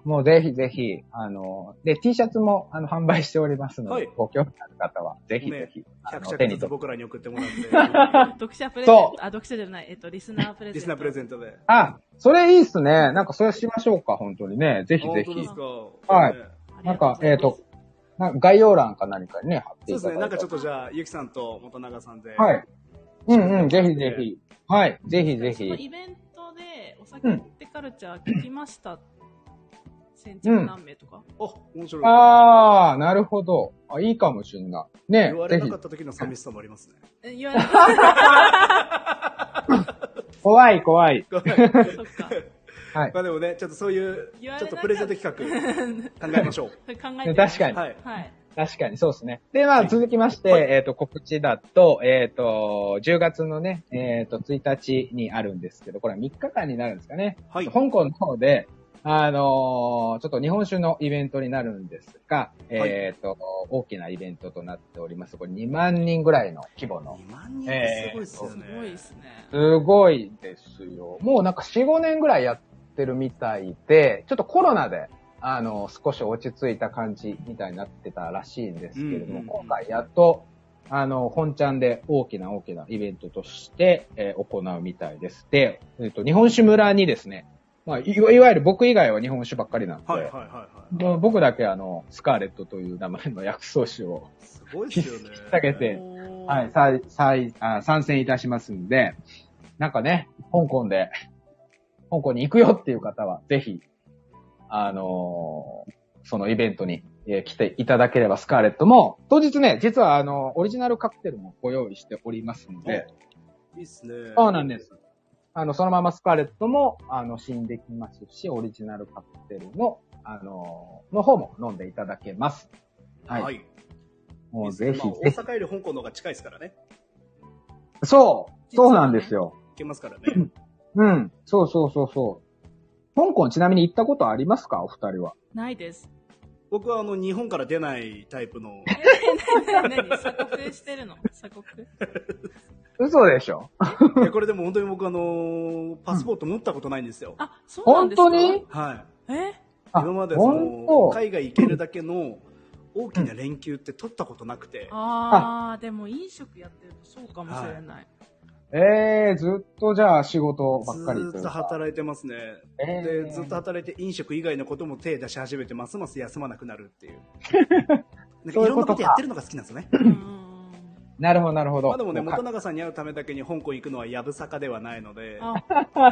Speaker 1: もうぜひぜひ、あの、で、T シャツも、あの、販売しておりますので、
Speaker 2: はい
Speaker 1: ご興味ある方は、ぜひぜひ、あ
Speaker 2: 100
Speaker 1: の、手に
Speaker 2: 着ずつ
Speaker 1: 取って。
Speaker 2: 僕らに送ってもらっ
Speaker 3: 読者プレゼン
Speaker 1: そ
Speaker 3: ト、あ、読者じゃない、えっと、リスナープレ
Speaker 2: て、
Speaker 3: ゼント。
Speaker 2: リスナープレゼントで。
Speaker 1: あ、それいいっすね。なんかそれしましょうか、本当にね。ぜひ
Speaker 2: 本
Speaker 1: ぜ
Speaker 2: 当です
Speaker 1: ひ。
Speaker 2: か。
Speaker 1: はい
Speaker 2: ね
Speaker 3: あり
Speaker 1: な
Speaker 3: が
Speaker 1: ん
Speaker 3: とうご
Speaker 1: か、
Speaker 3: ざい
Speaker 1: えっ、
Speaker 3: ます
Speaker 1: と、なんか概要欄か何かにね、貼って
Speaker 2: そう
Speaker 1: い
Speaker 2: です
Speaker 1: ただいて。
Speaker 2: ね。なんかちょっとじゃあ、ゆきさんと元永さんで。
Speaker 1: はい。うんうん、ぜひぜひ。はい、ぜひぜ
Speaker 3: その
Speaker 1: ひ。
Speaker 3: イベントで、お
Speaker 1: う
Speaker 3: 酒
Speaker 1: ん
Speaker 3: ってカルチャー聞きました。先着何名とか。
Speaker 2: お、面白い。
Speaker 1: あー、なるほど。あ、いいかもしんない。ね
Speaker 2: 言わ、れ
Speaker 1: ぜ
Speaker 2: な
Speaker 1: ひ
Speaker 2: かっ。た時の寂しさもありますね。
Speaker 3: え言われた。
Speaker 1: 怖い怖い。
Speaker 2: ごめん
Speaker 3: そっか。
Speaker 1: はい。
Speaker 2: まあでもね、ちょっとそういう、ち
Speaker 3: 言わ
Speaker 2: ょっと
Speaker 3: れなかった
Speaker 2: プレゼント企画、考えましょ
Speaker 3: それ考えて
Speaker 1: ね
Speaker 3: み
Speaker 1: 確か
Speaker 2: う。
Speaker 1: に、
Speaker 2: はい。
Speaker 3: はい。
Speaker 1: 確かに、そうですね。で、まあ、続きまして、
Speaker 2: はい
Speaker 1: えっ、と、告知だと、えっ、と、10月のね、えっ、と、1日にあるんですけど、これは3日間になるんですかね。
Speaker 2: はい。
Speaker 1: 香港の方で、あのーちょっと日本酒のイベントになるんですが、えっ、と、大きなイベントとなっております。これ2万人ぐらいの規模の。
Speaker 2: 2万人ってすごいっす
Speaker 3: す
Speaker 2: よね。
Speaker 3: ごいですね。
Speaker 1: すごいですよ。もうなんか4、5年ぐらいやってるみたいで、ちょっとコロナで、あの、少し落ち着いた感じみたいになってたらしいんですけれども、
Speaker 2: うんうんうん
Speaker 1: 今回やっと、あの、本ちゃんで大きな大きなイベントとして、えー行うみたいです。で、えっ、と、日本酒村にですね、まあ、いいわいわゆる僕以外は日本酒ばっかりなんで、
Speaker 2: はいはいはいはい。
Speaker 1: まあ僕だけあの、スカーレットという名前の薬草酒を
Speaker 2: すごいっすよね。
Speaker 1: 下げて
Speaker 3: おー
Speaker 1: はい、再、再、あ参戦いたしますんで、なんかね、香港で、香港に行くよっていう方は、ぜひ、あのーそのイベントに、えー来ていただければ、スカーレットも、当日ね、実はあの、オリジナルカクテルもご用意しておりますので、
Speaker 2: いいっすね。
Speaker 1: そうなんです。あの、そのままスカーレットも、あの、試飲できますし、オリジナルカクテルの、あのーの方も飲んでいただけます。はい。
Speaker 2: はい。
Speaker 1: もうぜひ
Speaker 2: まあ
Speaker 1: ぜひ。
Speaker 2: 大阪より香港の方が近いですからね。
Speaker 1: そうそうなんですよ。
Speaker 2: 行けますからね。
Speaker 1: うん。そうそうそうそう。香港ちなみに行ったことありますかお二人は。
Speaker 3: ない です。
Speaker 2: 僕はあの、日本から出ないタイプの、
Speaker 3: え、何、何、何、鎖国してるの鎖国
Speaker 1: 嘘でしょ
Speaker 2: いやこれでも本当に僕あの、パスポート持ったことないんですよ。
Speaker 3: あ、そうな
Speaker 1: 本
Speaker 3: んですか
Speaker 1: 当に
Speaker 2: はい。
Speaker 3: え
Speaker 1: あ
Speaker 2: 今までその、
Speaker 1: 本当
Speaker 2: 海外行けるだけの大きな連休って取ったことなくて、
Speaker 3: あー、でも飲食やってるとそうかもしれない。
Speaker 1: ええー、ずっとじゃあ仕事ばっかり
Speaker 2: ず
Speaker 1: と
Speaker 2: ー
Speaker 1: い
Speaker 2: っ
Speaker 1: う
Speaker 2: と
Speaker 1: か
Speaker 2: 働いてますね。
Speaker 1: え
Speaker 2: で、
Speaker 1: ー
Speaker 2: ずっと働いて飲食以外のことも手出し始めて、ますます休まなくな るっていう。なんか
Speaker 1: そう
Speaker 2: い
Speaker 1: いうことか
Speaker 2: ろんなことやってるのが好きなんですよね。
Speaker 3: う ーん。
Speaker 1: なるほど、なるほど。
Speaker 2: まあでもね、
Speaker 1: もうか
Speaker 2: 元永さんに会うためだけに香港行くのはやぶさかではないので、
Speaker 3: あ、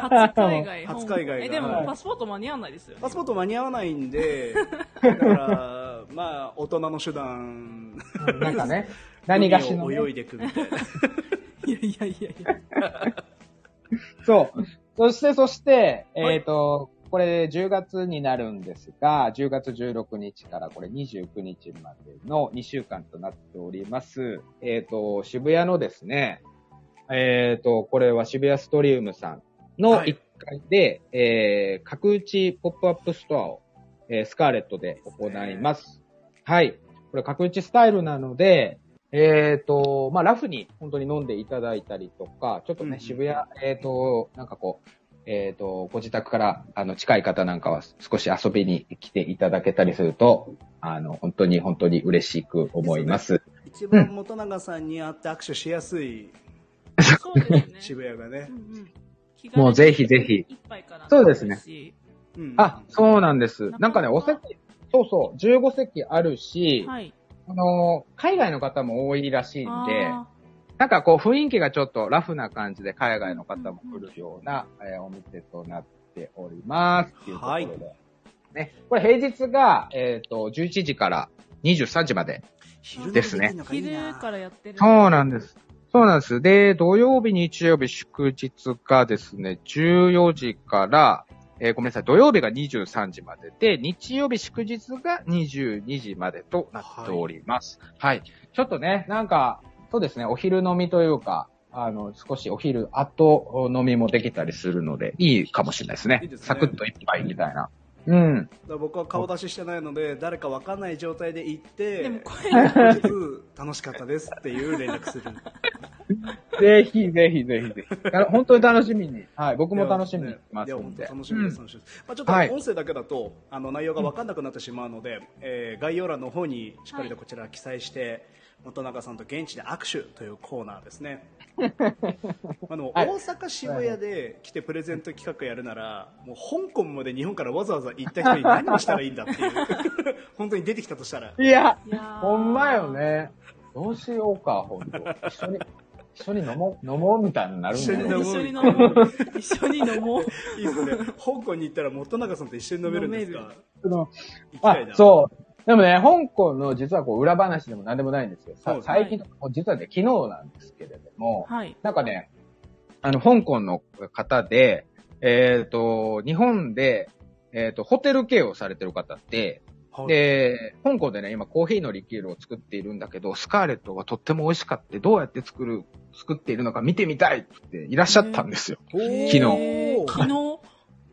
Speaker 3: 初海外。
Speaker 2: 初海外が
Speaker 3: え、で
Speaker 2: は
Speaker 3: も
Speaker 2: い
Speaker 3: パスポート間に合わないですよね。
Speaker 2: パスポート間に合わない んで、だから、まあ、大人の手段、
Speaker 1: なんかね、何がしの、
Speaker 2: 海を
Speaker 1: ね。
Speaker 2: 泳いでくみたいな。
Speaker 3: いやいやいやいや。
Speaker 1: そう。そして、そして、
Speaker 2: はい
Speaker 1: えっ、と、これ10月になるんですが、10月16日からこれ29日までの2週間となっております。えっ、と、渋谷のですね、えっ、と、これは渋谷ストリウムさんの
Speaker 2: はい
Speaker 1: 1階で、えー、角打ちポップアップストアを、えースカーレットで行います。はい。これ角打ちスタイルなので、えっ、と、まあ、ラフに本当に飲んでいただいたりとか、ちょっと
Speaker 2: うんう
Speaker 1: ね、
Speaker 2: ん
Speaker 1: 渋谷、えっ、と、なんかこう、えっ、と、ご自宅から、あの、近い方なんかは少し遊びに来ていただけたりすると、あの、本当に本当に嬉しく思います。
Speaker 2: 一番元永さんに会って握手しやすい
Speaker 3: そうですね。
Speaker 2: 渋谷がね
Speaker 3: う。んうん気軽に
Speaker 1: もうぜひぜひ。
Speaker 3: 一杯から。
Speaker 1: そうですね
Speaker 3: し。
Speaker 2: うん
Speaker 1: あ、そうなんです。な
Speaker 3: なんん
Speaker 1: かね、
Speaker 3: かなか
Speaker 1: お席、そうそう、15席あるし、
Speaker 3: はい。
Speaker 1: あの、海外の方も多いらしいんで、
Speaker 3: あ
Speaker 1: なんかこう雰囲気がちょっとラフな感じで海外の方も来るような、えーお店となっております。っていうところで。ね。これ平日が、えっ、と、11時から23時まで。
Speaker 2: 昼。
Speaker 1: ですね
Speaker 3: ー昼かららやってる。
Speaker 1: そうなんです。そうなんです。で、土曜日、日曜日、祝日がですね、14時から、えーごめんなさい、土曜日が23時までで、日曜日、祝日が22時までとなっております。はい。ちょっとね、なんか、そうですね、お昼飲みというか、あの、少しお昼後飲みもできたりするので、いいかもしれないですね。
Speaker 2: いいですね
Speaker 1: サクッと一杯みたいな。うん。
Speaker 2: だから僕は顔出ししてないので、誰かわかんない状態で行って、
Speaker 3: でも声
Speaker 2: 後日楽しかったですっていう連絡する。
Speaker 1: ぜひぜひぜひぜ ひ。あの本当に楽しみに。はい、 僕
Speaker 2: 僕
Speaker 1: も楽しみにしてます
Speaker 2: いや、
Speaker 1: ん
Speaker 2: 本当
Speaker 1: で。
Speaker 2: 楽しみです、楽しみです。まあ、ちょっと
Speaker 1: はい
Speaker 2: 音声だけだと、あの、内容が分かんなくなってしまうので、えー概要欄の方にしっかりとこちら記載して、本中さんと現地で握手というコーナーで すね。あの、
Speaker 1: はい
Speaker 2: 大阪渋谷で来てプレゼント企画やるなら、もう香港まで日本からわざわざ行った人に何をしたらいいんだっていう。 本当に出てきたとしたら。
Speaker 1: いや、
Speaker 3: いやー
Speaker 1: ほんまよ。ね。どうしようか、ほんと。一緒に、一緒に飲もう、飲もうみたいになるん
Speaker 2: 一
Speaker 1: だ
Speaker 2: 緒に飲も
Speaker 1: よ。
Speaker 2: う
Speaker 3: 一緒 に飲もう。一緒に飲もう。
Speaker 2: いいですね。香港に行ったら本中さんと一緒に飲めるんです
Speaker 3: 飲
Speaker 2: か
Speaker 3: め
Speaker 1: その
Speaker 2: 行きた
Speaker 1: あ
Speaker 2: いな。、
Speaker 1: そう。でもね、香港の実はこう裏話でも何でもないんですよ。
Speaker 2: は
Speaker 1: さ
Speaker 2: い
Speaker 1: 最近、実はね、昨日なんですけれども、
Speaker 3: はい。
Speaker 1: なんかね、あの、香港の方で、えっ、と、日本で、えっ、と、ホテル経営をされてる方って、
Speaker 2: はい
Speaker 1: で、香港でね、今コーヒーのリキュールを作っているんだけど、スカーレットがとっても美味しかって、どうやって作る、作っているのか見てみたいっていらっしゃったんですよ。
Speaker 2: おー
Speaker 1: 昨
Speaker 3: えー昨日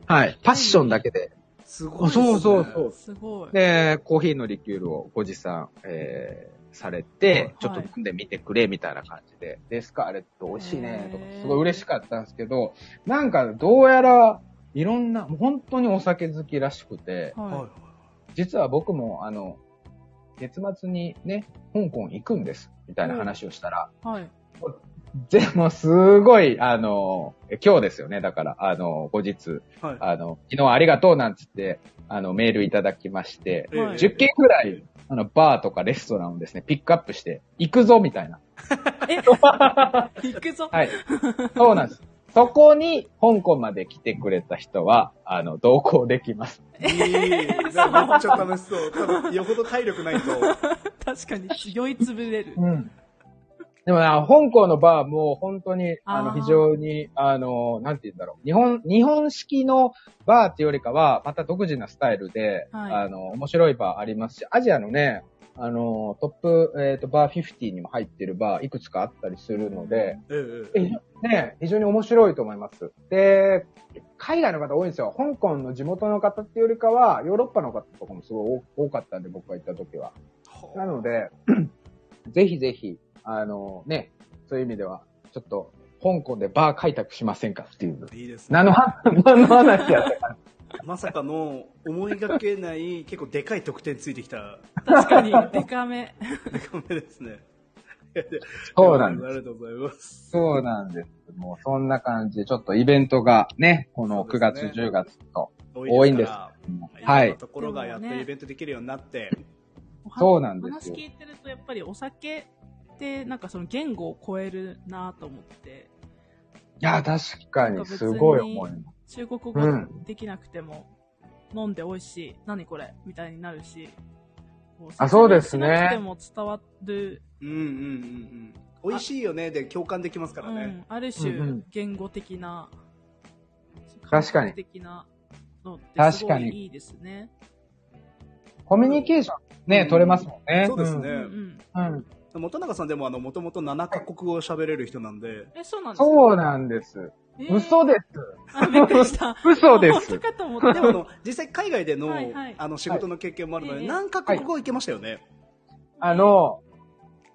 Speaker 1: はい。パッションだけで。
Speaker 2: すごいですね。
Speaker 1: そうそうそう
Speaker 3: すごい。
Speaker 1: で、コーヒーのリキュールをご持参、えーされて、ちょっと
Speaker 3: はい
Speaker 1: 飲んでみてくれ、みたいな感じで。で、スカーレット美味しいね、とか
Speaker 3: へ、ー
Speaker 1: すごい嬉しかったんですけど、なんかどうやら、いろんな、もう本当にお酒好きらしくて、
Speaker 2: はい
Speaker 3: は
Speaker 1: 実は僕も、あの、月末にね、香港行くんです、みたいな話をしたら、
Speaker 3: い。はい。
Speaker 1: でもすごい、あの、今日ですよね、だから、あの、後日、
Speaker 2: はい。
Speaker 1: あの、昨日ありがとうなんつって、あの、メールいただきまして、
Speaker 2: ええ
Speaker 3: はい
Speaker 1: 10件ぐらい、あの、バーとかレストランをですね、ピックアップして、行くぞみたいな。
Speaker 3: え行くぞ。
Speaker 1: はい。そうなんです。そこに、香港まで来てくれた人は、あの、同行できます。
Speaker 2: いいなんかめっちゃ楽しそう。多分、よほど体力ないと。
Speaker 3: 確かに酔いつぶれる。
Speaker 1: うん。でもな、香港のバーも本当に、あの、
Speaker 3: あー
Speaker 1: 非常に、あの、なんて言うんだろう。日本、日本式のバーっていうよりかは、また独自なスタイルで、
Speaker 3: はい
Speaker 1: あの、面白いバーありますし、アジアのね、あの、トップ、えっ、と、バー50にも入ってるバー、いくつかあったりするので、
Speaker 2: ええええ
Speaker 1: えね、非常に面白いと思います。で、海外の方多いんですよ。香港の地元の方っていうよりかは、ヨーロッパの方とかもすごい多多かったんで、僕が行った時は。なので、 ぜひぜひ、あのね、そういう意味では、ちょっと、香港でバー開拓しませんかっていう。
Speaker 2: いいですね。
Speaker 1: 何の話、何の話やったか。
Speaker 2: まさかの思いがけない結構でかい得点ついてきた
Speaker 3: 確かに、デカめ。
Speaker 2: 画面ですね。いやいや
Speaker 1: そうなんです。
Speaker 2: ありがとうございます。
Speaker 1: そうなんです。もうそんな感じで、ちょっとイベントがね、この
Speaker 2: そう
Speaker 1: 9
Speaker 2: です
Speaker 1: 月、
Speaker 2: ね
Speaker 1: 10月と。
Speaker 2: 多
Speaker 1: 多
Speaker 2: い
Speaker 1: い
Speaker 2: で
Speaker 1: んで
Speaker 2: すか
Speaker 1: す
Speaker 2: ら。
Speaker 1: はいい
Speaker 2: ろんなところがやっとイベントできるようになって。
Speaker 3: お 話
Speaker 1: そうなんです
Speaker 3: お
Speaker 1: よ
Speaker 3: 話聞いてると、やっぱりお酒って、なんかその言語を超えるなと思って、
Speaker 1: いや、確かに、すごい思います。
Speaker 3: 中国語
Speaker 1: うん
Speaker 3: できなくても、飲んで美味しい、何これみたいになるし、こ
Speaker 1: あそうですね
Speaker 3: 説明しなくても伝わる、
Speaker 2: うんうんうんうん。美味しいよねで共感できますか
Speaker 3: う
Speaker 2: らね。
Speaker 3: ん、あ
Speaker 1: う
Speaker 3: る
Speaker 1: んう
Speaker 3: 種
Speaker 1: ん、
Speaker 3: 言語的な、
Speaker 1: 確かに
Speaker 3: 感覚的なのってす
Speaker 1: 確
Speaker 3: ご
Speaker 1: か
Speaker 3: い
Speaker 1: に
Speaker 3: いいですね。
Speaker 1: コミュニケーション
Speaker 2: う
Speaker 1: ね
Speaker 2: ん、
Speaker 1: 取れますもんね。
Speaker 2: そうです
Speaker 3: うんう
Speaker 2: ね。
Speaker 3: ん。
Speaker 1: うん。
Speaker 2: 元永さんでもあの、もともと7カ国語を喋れる人な んで、
Speaker 3: え、そうなんですか
Speaker 1: そうなんです。
Speaker 3: えー
Speaker 1: 嘘です。
Speaker 3: あ、びっくりした。
Speaker 1: 嘘で
Speaker 3: 本
Speaker 1: す。
Speaker 3: 当かと思って
Speaker 2: でもあの、実際海外での、
Speaker 3: はいはい
Speaker 2: あの、仕事の経験もあるので、
Speaker 3: はい
Speaker 2: 何カ国語いけましたよね。
Speaker 1: あ、の、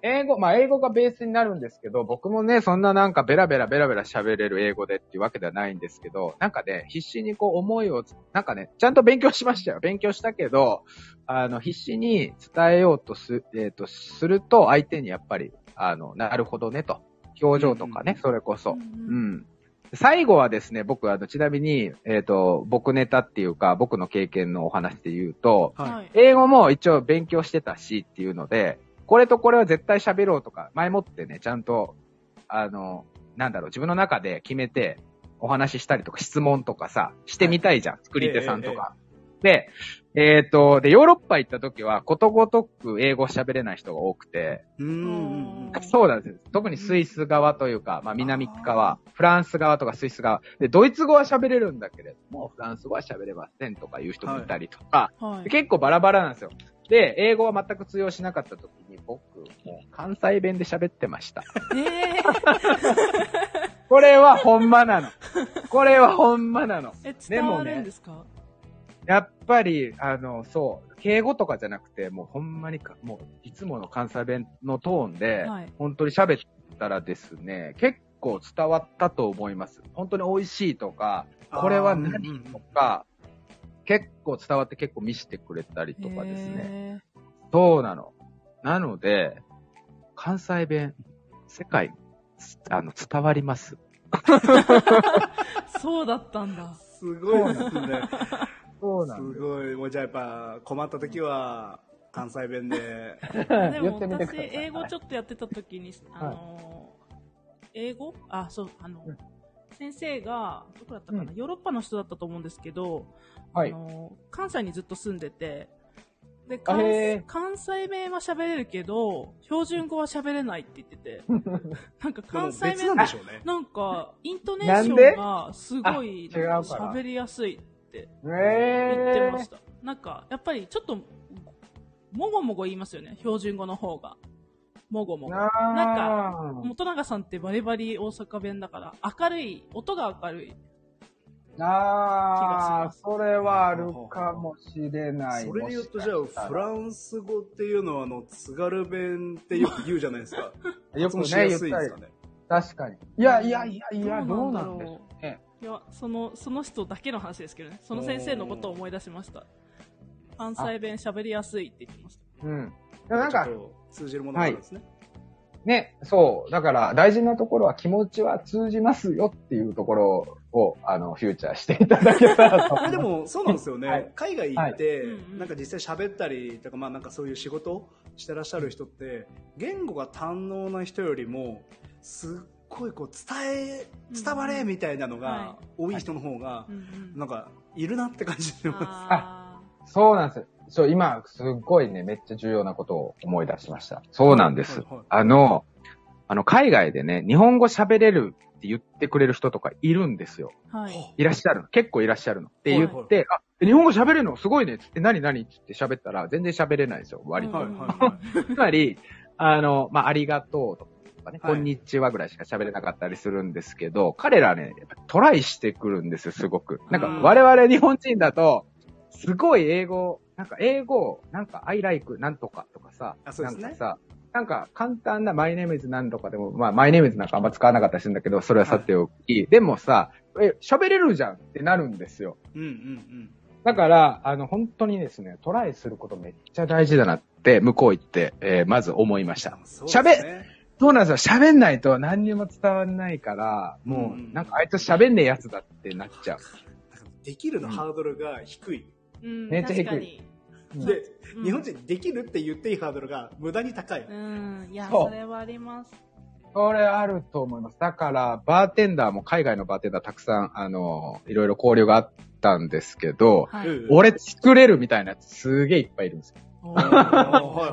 Speaker 1: 英語、まあ、英語がベースになるんですけど、僕もね、そんななんかベラベラベラベラ喋れる英語でっていうわけではないんですけど、なんかね、必死にこう思いを、なんかね、ちゃんと勉強しましたよ。勉強したけど、あの、必死に伝えようとす、えっ、と、すると、相手にやっぱり、あの、なるほどねと。表情とかね、
Speaker 2: うん
Speaker 1: それこそ。
Speaker 3: ん
Speaker 1: うんん。最後はですね、僕、あの、ちなみに、えっ、と、僕ネタっていうか、僕の経験のお話で言うと、
Speaker 2: は。
Speaker 3: はいい。
Speaker 1: 英語も一応勉強してたしっていうので、これとこれは絶対喋ろうとか、前もってね、ちゃんと、あの、なんだろう、自分の中で決めて、お話ししたりとか、質問とかさ、してみたいじゃん、作り手さんとか。で、えっ、と、で、ヨーロッパ行った時は、ことごとく英語喋れない人が多くて、
Speaker 2: うんうんうん。
Speaker 1: そうなんです。特にスイス側というか、まあ南側、フランス側とかスイス側。で、ドイツ語は喋れるんだけれども、フランス語は喋れませんとかいう人もいたりとか、
Speaker 3: は
Speaker 1: で
Speaker 3: い。
Speaker 1: 結構バラバラなんですよ。で、英語は全く通用しなかった時に、僕、もう関西弁で喋ってました。
Speaker 3: え
Speaker 1: これはほんまなの。これはほんまなの。
Speaker 3: ー、え、
Speaker 1: で
Speaker 3: 伝わ
Speaker 1: も
Speaker 3: るん
Speaker 1: ね
Speaker 3: ですか
Speaker 1: やっぱり、あの、そう、敬語とかじゃなくて、もうほんまにか、もういつもの関西弁のトーンで、
Speaker 3: はい
Speaker 1: 本当に喋ったらですね、結構伝わったと思います。本当に美味しいとか、これは何
Speaker 2: うんうん
Speaker 1: とか、結構伝わって結構見せてくれたりとかですね。
Speaker 3: ね。
Speaker 1: そうなの。なので、関西弁、世界、つあの、伝わります。
Speaker 3: そうだったんだ。
Speaker 2: すごいですね。
Speaker 1: そ
Speaker 2: すごい。もうじゃあやっぱ困った時は関西弁 で。
Speaker 3: で
Speaker 1: 言
Speaker 3: も
Speaker 1: ってみてくだ
Speaker 3: 私
Speaker 1: さい。、
Speaker 3: 英語ちょっとやってた時に、あのー、英語あ、そう、あの
Speaker 1: うん、
Speaker 3: 先生が、どこだったかな、
Speaker 1: う
Speaker 3: ヨーロッパの人だったと思うんですけど、
Speaker 1: はい
Speaker 3: あのー関西にずっと住んでて、で、
Speaker 1: あへー
Speaker 3: 関関西弁は喋れるけど、標準語は喋れないって言ってて、なんか関西
Speaker 2: 別な
Speaker 3: 弁
Speaker 2: んでしょうね。
Speaker 3: なんか、イントネーシ
Speaker 1: なん
Speaker 3: ョンがすごい
Speaker 1: あ違う
Speaker 3: なんか
Speaker 1: から
Speaker 3: 喋りやすいって言って
Speaker 1: え
Speaker 3: ました。なんか、やっぱりちょっと、もごもご言いますよね。標準語の方が。もごも
Speaker 1: ー。
Speaker 3: ご。
Speaker 1: な
Speaker 3: な
Speaker 1: あ
Speaker 3: 元永さんってバリバリ大阪弁だから、明るい、音が明るい。
Speaker 1: あ
Speaker 3: 気
Speaker 1: あ
Speaker 3: がします
Speaker 1: それはあるかもしれない。
Speaker 2: それで言うとじゃ
Speaker 1: もしかした
Speaker 2: あ
Speaker 1: ら
Speaker 2: フランス語っていうのはあの津軽弁ってよく言うじゃないですか。
Speaker 1: よく
Speaker 2: 発音
Speaker 1: ね、
Speaker 2: しや
Speaker 1: 言っ
Speaker 2: すいで
Speaker 1: た
Speaker 2: す
Speaker 1: り
Speaker 2: か。ね。
Speaker 1: 確かに。いやいやいやいや、どうな
Speaker 3: ろ
Speaker 1: んでしょうね。
Speaker 3: いや、その、その人だけの話ですけどね。その先生のことを思い出しました。関西弁喋りやすいって言ってました。
Speaker 1: うん。でもなんか
Speaker 2: ちょ、っと通じるものがあるんですね。
Speaker 1: ね、そう。だから、大事なところは気持ちは通じますよっていうところを、あの、フューチャーしていただけたらと
Speaker 2: こ れでもそうなんですよね、
Speaker 1: はい
Speaker 2: 海外行って、
Speaker 3: はいうんうん
Speaker 2: なんか実際喋ったりとか、まあ、なんかそういう仕事をしてらっしゃる人って言語が堪能な人よりもすっごいこう伝え伝われみたいなのが多い人の方が
Speaker 3: うんうん
Speaker 2: なんかいるなって感じてま
Speaker 3: あ
Speaker 1: そうなんです。そう、今、すっごいね、めっちゃ重要なことを思い出しました。そうなんですす。
Speaker 2: はいはい
Speaker 1: あの、あの、海外でね、日本語喋れるって言ってくれる人とかいるんですよ。
Speaker 3: ーはい。
Speaker 2: はい
Speaker 1: らっしゃるの。結構いらっしゃるの。って言
Speaker 2: はい
Speaker 1: って、あ、日本語喋れるのすごいねっつって、何何って言って喋ったら、全然喋れないんですよ、割と。
Speaker 2: はいはいは
Speaker 1: つまり、あの、まあ、ありがとうとかね、
Speaker 2: はい
Speaker 1: こんにちはぐらいしか喋れなかったりするんですけど、彼らね、やっぱトライしてくるんですよ、すごく。なんか、
Speaker 3: うん
Speaker 1: 我々日本人だと、すごい英語、なんか英語、なんか I like なんとかとかさ、
Speaker 2: あそうですね
Speaker 1: なんかさ、なんか簡単な My name is なんとかでも、まあ My name is なんかあんま使わなかったりするんだけど、それはさておき、でもさ、え、喋れるじゃんってなるんですよ。
Speaker 2: うんうんうん
Speaker 1: だから、あの、本当にですね、トライすることめっちゃ大事だなって、向こう行って、えーまず思いました。
Speaker 2: そうですね
Speaker 1: そうなんですよ。喋んないと何にも伝わんないから、も
Speaker 2: うん
Speaker 1: う、なんかあいつ喋んねえやつだってなっちゃう。
Speaker 2: なんかできるのハードルが低い、
Speaker 3: うん
Speaker 1: めっちゃ低い
Speaker 3: 確かに
Speaker 1: うん
Speaker 2: で、
Speaker 3: うん
Speaker 2: 日本人できるって言っていいハードルが無駄に高い、
Speaker 3: うん。いや、
Speaker 1: そう
Speaker 3: それはあります。
Speaker 1: それあると思います。だから、バーテンダーも海外のバーテンダーたくさん、あの、いろいろ交流があったんですけど、
Speaker 3: はい。
Speaker 2: うん
Speaker 1: 俺作れるみたいなやつすげえいっぱいいるんですよ。
Speaker 3: お
Speaker 2: あーはい
Speaker 3: ー
Speaker 2: はいはいはい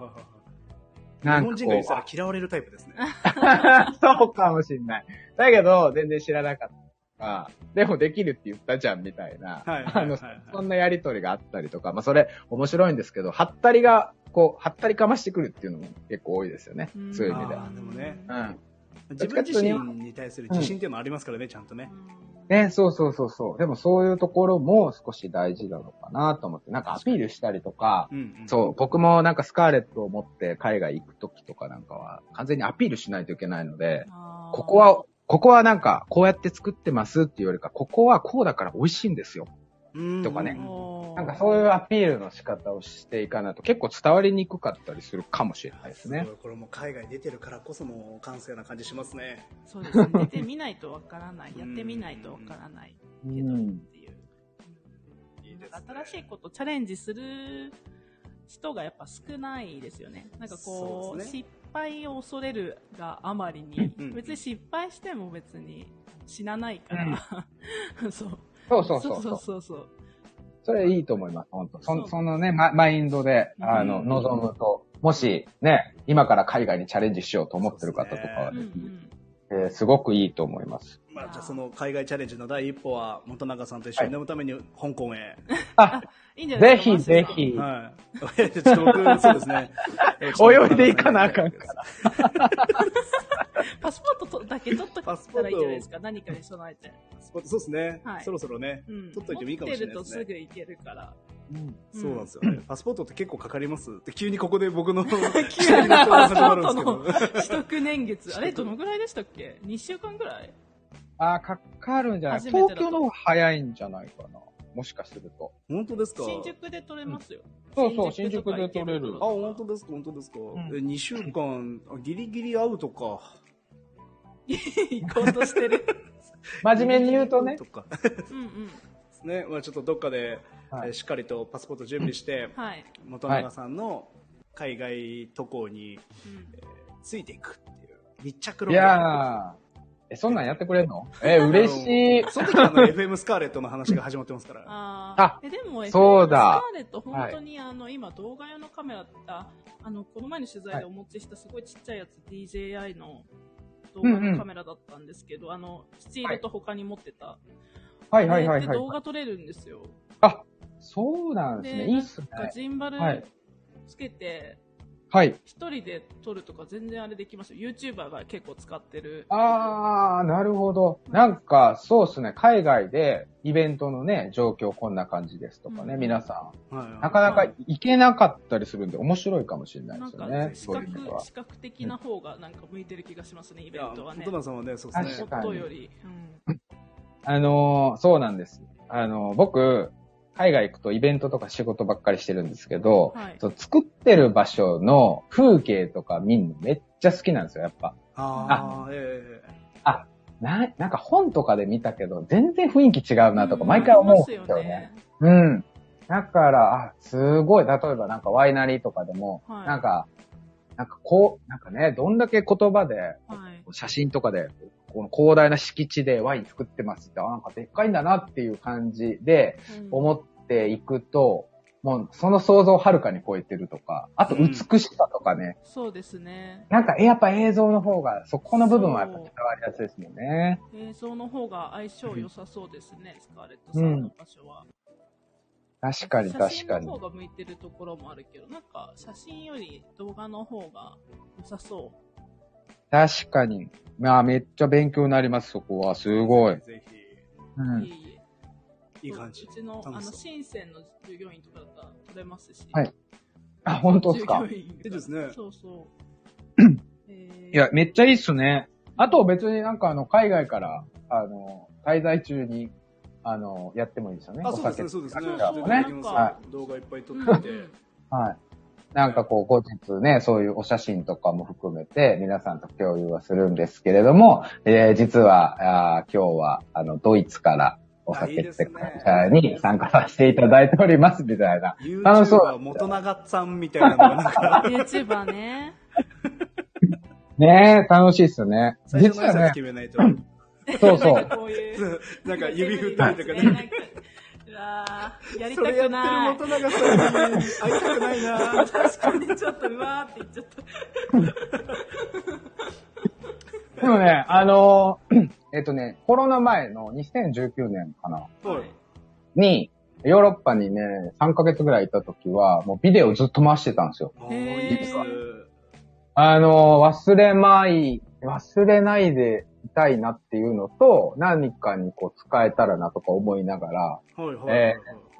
Speaker 2: はい
Speaker 1: なん
Speaker 2: 日
Speaker 1: か
Speaker 2: 本人が言っ
Speaker 1: こ
Speaker 2: たら嫌われるタイプで すね。
Speaker 1: う、 そうかもしんない。だけど、全然知らなかったとか。でもできるって言ったじゃん、みたいな。
Speaker 2: はいはい
Speaker 1: あ
Speaker 2: はい
Speaker 1: の、
Speaker 2: はい
Speaker 1: そんなやりとりがあったりとか、まあそれ面白いんですけど、はったりが、こう、はったりかましてくるっていうのも結構多いですよね。そういう意味で
Speaker 2: あ
Speaker 1: は。
Speaker 2: ーでもね
Speaker 1: うん。
Speaker 2: 自分自身に対する自信っていうのもありますからね、ちゃんとね。
Speaker 1: ね、そうそうそうそう。でもそういうところも少し大事なのかなと思って、なんかアピールしたりとか、
Speaker 2: うんうん、
Speaker 1: そう、僕もなんかスカーレットを持って海外行くときとかなんかは、完全にアピールしないといけないので、ここ、は、ここはなんか、こうやって作ってますっていうよりか、ここはこうだから美味しいんですよ。
Speaker 2: うん
Speaker 1: とかね
Speaker 3: あーおー
Speaker 1: なんかそういうアピールの仕方をしていかないと結構伝わりにくかったりするかもしれないですね
Speaker 2: す。ごいこれも海外出てるからこその感性な感じしますね。
Speaker 3: そうですね。出てみないとわからない。やってみないとわからないけ
Speaker 1: う
Speaker 3: どって
Speaker 1: ん。
Speaker 3: いう。
Speaker 2: いいですね
Speaker 3: なんか新しいことチャレンジする人がやっぱ少ないですよね。なんかこ
Speaker 2: そう
Speaker 3: う、
Speaker 2: ですね
Speaker 3: 失敗を恐れるがあまりに、
Speaker 2: うん
Speaker 3: 別に失敗しても別に死なないから。 そ
Speaker 1: そう
Speaker 3: う
Speaker 1: そうそうそう。
Speaker 3: そうそう
Speaker 1: それいいと思います、本当そ
Speaker 3: そ
Speaker 1: の
Speaker 3: う
Speaker 1: そのね、ママインドで、あ
Speaker 2: う
Speaker 1: の、
Speaker 2: ん
Speaker 1: 望むと、もしね、今から海外にチャレンジしようと思ってる方とかは
Speaker 3: うん
Speaker 1: ね、
Speaker 3: うん
Speaker 1: えーすごくいいと思います。
Speaker 2: まあ、じゃあその海外チャレンジの第一歩は、本永さんと一緒に飲むために香港へ。
Speaker 1: あ、
Speaker 3: いいんじゃない
Speaker 1: ぜ
Speaker 3: ですか
Speaker 1: ひぜ。ひ。
Speaker 2: はい。 ちょっと僕、そうですね。
Speaker 1: 泳いでいかなあかん
Speaker 2: から。
Speaker 3: パスポートとだけ取っといた
Speaker 2: パスポート
Speaker 3: らいいじゃないですか。何かに備えて。
Speaker 2: そうですね、
Speaker 3: はい
Speaker 2: そろそろね、
Speaker 3: うん。
Speaker 2: 取っといてもいいかもしれないですね
Speaker 3: 持ってるとすぐ行ける から。
Speaker 1: うん。
Speaker 3: うん
Speaker 2: そうなんですよね。パスポートって結構かかりますって急にここで僕 の
Speaker 3: 急にパスポートの
Speaker 2: 始まるんですけど
Speaker 3: 取得年月。あれ
Speaker 2: 取得
Speaker 3: どのぐらいでしたっけ ?2 週間ぐらい
Speaker 1: あー、かかるんじゃない
Speaker 3: 初めてだと
Speaker 1: 東京の方が早いんじゃないかな。もしかすると。
Speaker 2: 本当ですか
Speaker 3: 新宿で取れますよ。
Speaker 1: そうそう
Speaker 3: とか
Speaker 1: 新宿で取れる
Speaker 3: 池袋
Speaker 2: あ、本
Speaker 3: とか
Speaker 2: 当ですか本当ですか、
Speaker 1: ん
Speaker 2: え、2週間、あギリギリアウトか。
Speaker 3: 行こうとし てる。
Speaker 1: 真面目に言うとね
Speaker 2: と。か。
Speaker 3: うんうん。
Speaker 2: ね、まあちょっとどっかで、
Speaker 1: はい
Speaker 2: えしっかりとパスポート準備して、
Speaker 3: はい。
Speaker 2: 元永さんの海外渡航に
Speaker 3: うん
Speaker 2: ついていくっていう密着
Speaker 1: い
Speaker 2: 論
Speaker 1: やー、え、そんなんやってくれんのえ、嬉しい
Speaker 2: あの。その時あの FM スカーレットの話が始まっ てますから。
Speaker 3: あ
Speaker 1: あ
Speaker 3: あ。え、でも、
Speaker 1: そうだ
Speaker 3: スカーレット、本当に、あの、今、動画用のカメラって、ああの、この前の取材でお持ちしたすごいちっちゃいやつ、DJI の動画のカメラだったんですけど、あの、スチールと他に持ってた。
Speaker 1: はいはいは
Speaker 3: あれ
Speaker 1: い
Speaker 3: って
Speaker 1: はい
Speaker 3: 動。画撮れるんですよ。
Speaker 1: そうなんですね。いいっすね。
Speaker 3: なんかジンバル
Speaker 1: はい
Speaker 3: つけて、
Speaker 1: はい。
Speaker 3: 一人で撮るとか全然あれできますよ。YouTuber が結構使ってる。
Speaker 1: あー、なるほど。なんか、そうっすね。海外でイベントのね、状況こんな感じですとかね、
Speaker 3: うん
Speaker 1: 皆さ
Speaker 2: はい
Speaker 1: ん、なかなか
Speaker 2: はい
Speaker 1: 行けなかったりするんで、面白いかもしれないで
Speaker 3: なん
Speaker 1: すよ
Speaker 3: か
Speaker 1: ね。
Speaker 3: 視
Speaker 1: そういう意味で
Speaker 3: 覚、
Speaker 1: は。
Speaker 3: 視覚的な方がなんか向いてる気がしますね、イ
Speaker 2: い
Speaker 3: ベ
Speaker 2: や
Speaker 3: ントはね
Speaker 2: 元。永さんはね、そうです
Speaker 1: 確
Speaker 2: ね。
Speaker 1: かに
Speaker 3: 音より。
Speaker 1: あのー、そうなんです。あのー、僕、海外行くとイベントとか仕事ばっかりしてるんですけど、
Speaker 3: はい
Speaker 1: そう作ってる場所の風景とか見るのめっちゃ好きなんですよ、やっぱ。
Speaker 2: ああ、ええ
Speaker 1: な、なんか本とかで見たけど、全然雰囲気違うなとか、毎回思うんですよね。。うん。だから、あ、すごい、例えばなんかワイナリーとかでも、
Speaker 3: はい
Speaker 1: なんか、なんかこう、なんかね、どんだけ言葉で、
Speaker 3: はい。
Speaker 1: 写真とかで、この広大な敷地でワイン作ってますって、あ、なんかでっかいんだなっていう感じで、思っていくと、もうその想像をはるかに超えてるとか、あと美しさとかね、
Speaker 3: そうですね。
Speaker 1: なんかえやっぱ映像の方が、そこの部分はやっぱ伝わりやすいですもんね。
Speaker 3: 映像の方が相性良さそうですね、スカーレットさんの場所は。
Speaker 1: 確かに
Speaker 3: 写
Speaker 1: 確か
Speaker 3: 真
Speaker 1: に
Speaker 3: の。方が向いてるところもあるけど、なんか写真より動画の方が良さそ
Speaker 1: 確かに。まあめっちゃ勉強になります、そこは。すごい。
Speaker 2: ぜ
Speaker 1: う
Speaker 3: う。
Speaker 1: ん。
Speaker 3: いえいえ
Speaker 2: ひ、いい感じ
Speaker 3: う。ちの、あ
Speaker 2: 楽
Speaker 3: の、
Speaker 2: しそう
Speaker 3: 深センの従業員とかだったら撮れますし。
Speaker 1: はいあ、本当ですか
Speaker 3: 従業。員が
Speaker 2: いいですね
Speaker 3: そうそう。い
Speaker 1: いや、、めっちゃいいっすね。あと別になんかあの、海外から、あの、滞在中に、あの、やってもいいですよね。
Speaker 2: あ、そうで
Speaker 1: お
Speaker 2: す
Speaker 1: 酒
Speaker 2: ね、そうですね。
Speaker 1: と
Speaker 2: 全
Speaker 1: か
Speaker 3: そう
Speaker 1: も
Speaker 3: そう
Speaker 2: 然
Speaker 1: ね
Speaker 2: できますよ
Speaker 3: は
Speaker 2: 動画いっぱい撮
Speaker 3: うん
Speaker 2: ってて。
Speaker 1: はい。なんかこう、後日ね、そういうお写真とかも含めて、皆さんと共有はするんですけれども、えー実は、あー今日は、あの、ドイツからお
Speaker 2: あいい
Speaker 1: 酒
Speaker 2: で
Speaker 1: っ
Speaker 2: す
Speaker 1: て
Speaker 2: ね
Speaker 1: 会社に参加させていただいております、みたいな。楽しそう
Speaker 2: YouTuber 元永さんみたいなのがなんか、
Speaker 3: YouTuber ね。
Speaker 1: ねえ、楽しいっすね。
Speaker 2: 最初
Speaker 1: 実
Speaker 2: の挨
Speaker 1: は
Speaker 2: 拶
Speaker 1: ね
Speaker 2: 決、めないと。
Speaker 1: そうそ
Speaker 3: なん
Speaker 1: う
Speaker 3: か。 こういう。
Speaker 2: なんか指振ったりとか
Speaker 3: やり
Speaker 2: ね。
Speaker 3: たくうわーやり
Speaker 2: それや
Speaker 3: た
Speaker 2: っ
Speaker 3: くない。
Speaker 2: てる元永さんに会いたくないな
Speaker 3: 確かにちょっとうわーって言っちゃった。
Speaker 1: でもね、あのー えっとね、コロナ前の2019年かな、
Speaker 2: はい。
Speaker 1: に、ヨーロッパにね、3ヶ月ぐらいいた時は、もうビデオずっと回してたんですよ。
Speaker 2: あ
Speaker 3: へ
Speaker 2: ー
Speaker 3: ー
Speaker 2: いいですね
Speaker 1: あのー忘れまい、忘れないでいたいなっていうのと、何かにこう使えたらなとか思いながら、
Speaker 2: はいはいはいはい。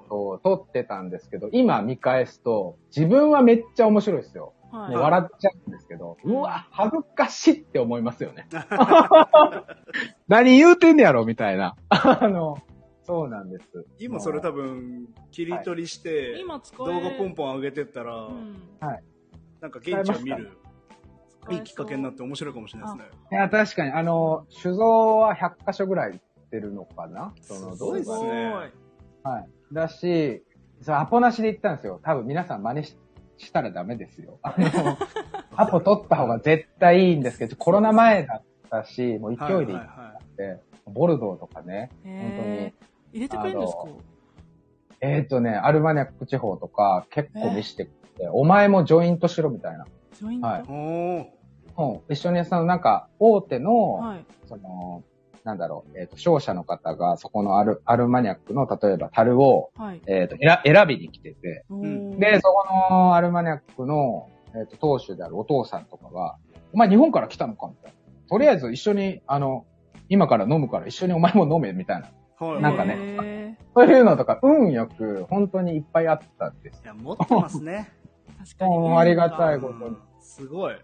Speaker 1: こう撮ってたんですけど、今見返すと、自分はめっちゃ面白いですよ。
Speaker 3: は
Speaker 1: も
Speaker 3: いう
Speaker 1: 笑っちゃうんですけど、うわ、恥ずかしいって思いますよ ね。何言うてんねやろみたいな。あの、そうなんです。
Speaker 2: 今それ多分、切り取りして、
Speaker 3: 今使え
Speaker 2: 動画ポンポン上げてったら、
Speaker 3: うん
Speaker 2: なんか現地
Speaker 1: 使
Speaker 2: を見
Speaker 1: えま
Speaker 2: る、いいきっかけになって面白いかもしれないですね。
Speaker 1: いや、確かに、あの、酒造は100カ所ぐらい行ってるのかなその
Speaker 2: すごいっ
Speaker 1: 動
Speaker 2: すね
Speaker 1: 画はい。だし、そうアポなしで行ったんですよ。多分皆さん真似ししたらダメですよ。あの、アポ取った方が絶対いいんですけど、コロナ前だったし、もう勢いで行
Speaker 2: はい
Speaker 1: っ
Speaker 2: は
Speaker 1: て、ボルドーとかね、
Speaker 3: へー入れてくれるんですか
Speaker 1: あえっ、ー、とね、アルバニャック地方とか結構見してくれて、お前もジョイントしろみたいな。
Speaker 3: ジョイント
Speaker 1: はい
Speaker 2: いはい。おー
Speaker 1: うん、一緒にそのなんか大手の、
Speaker 3: はい
Speaker 1: その、なんだろう、えっ、と、商社の方がそこのアルアルマニャックの例えば樽を、
Speaker 3: はい。
Speaker 1: えっ、と選、選びに来てて、
Speaker 3: お
Speaker 2: ん
Speaker 3: ー
Speaker 1: で、そこのアルマニャックの、えっ、と、当主であるお父さんとかが、お前日本から来たのかみたいとりあえず一緒に、あの、今から飲むから一緒にお前も飲め、みたいな。
Speaker 2: はい
Speaker 1: なんかね
Speaker 3: ね。
Speaker 1: そういうのとか、運よく、本当にいっぱいあったんです。
Speaker 2: いや、持ってますね。
Speaker 3: 確かに。
Speaker 1: もうありがたい
Speaker 2: うん
Speaker 1: ことに
Speaker 2: すごい。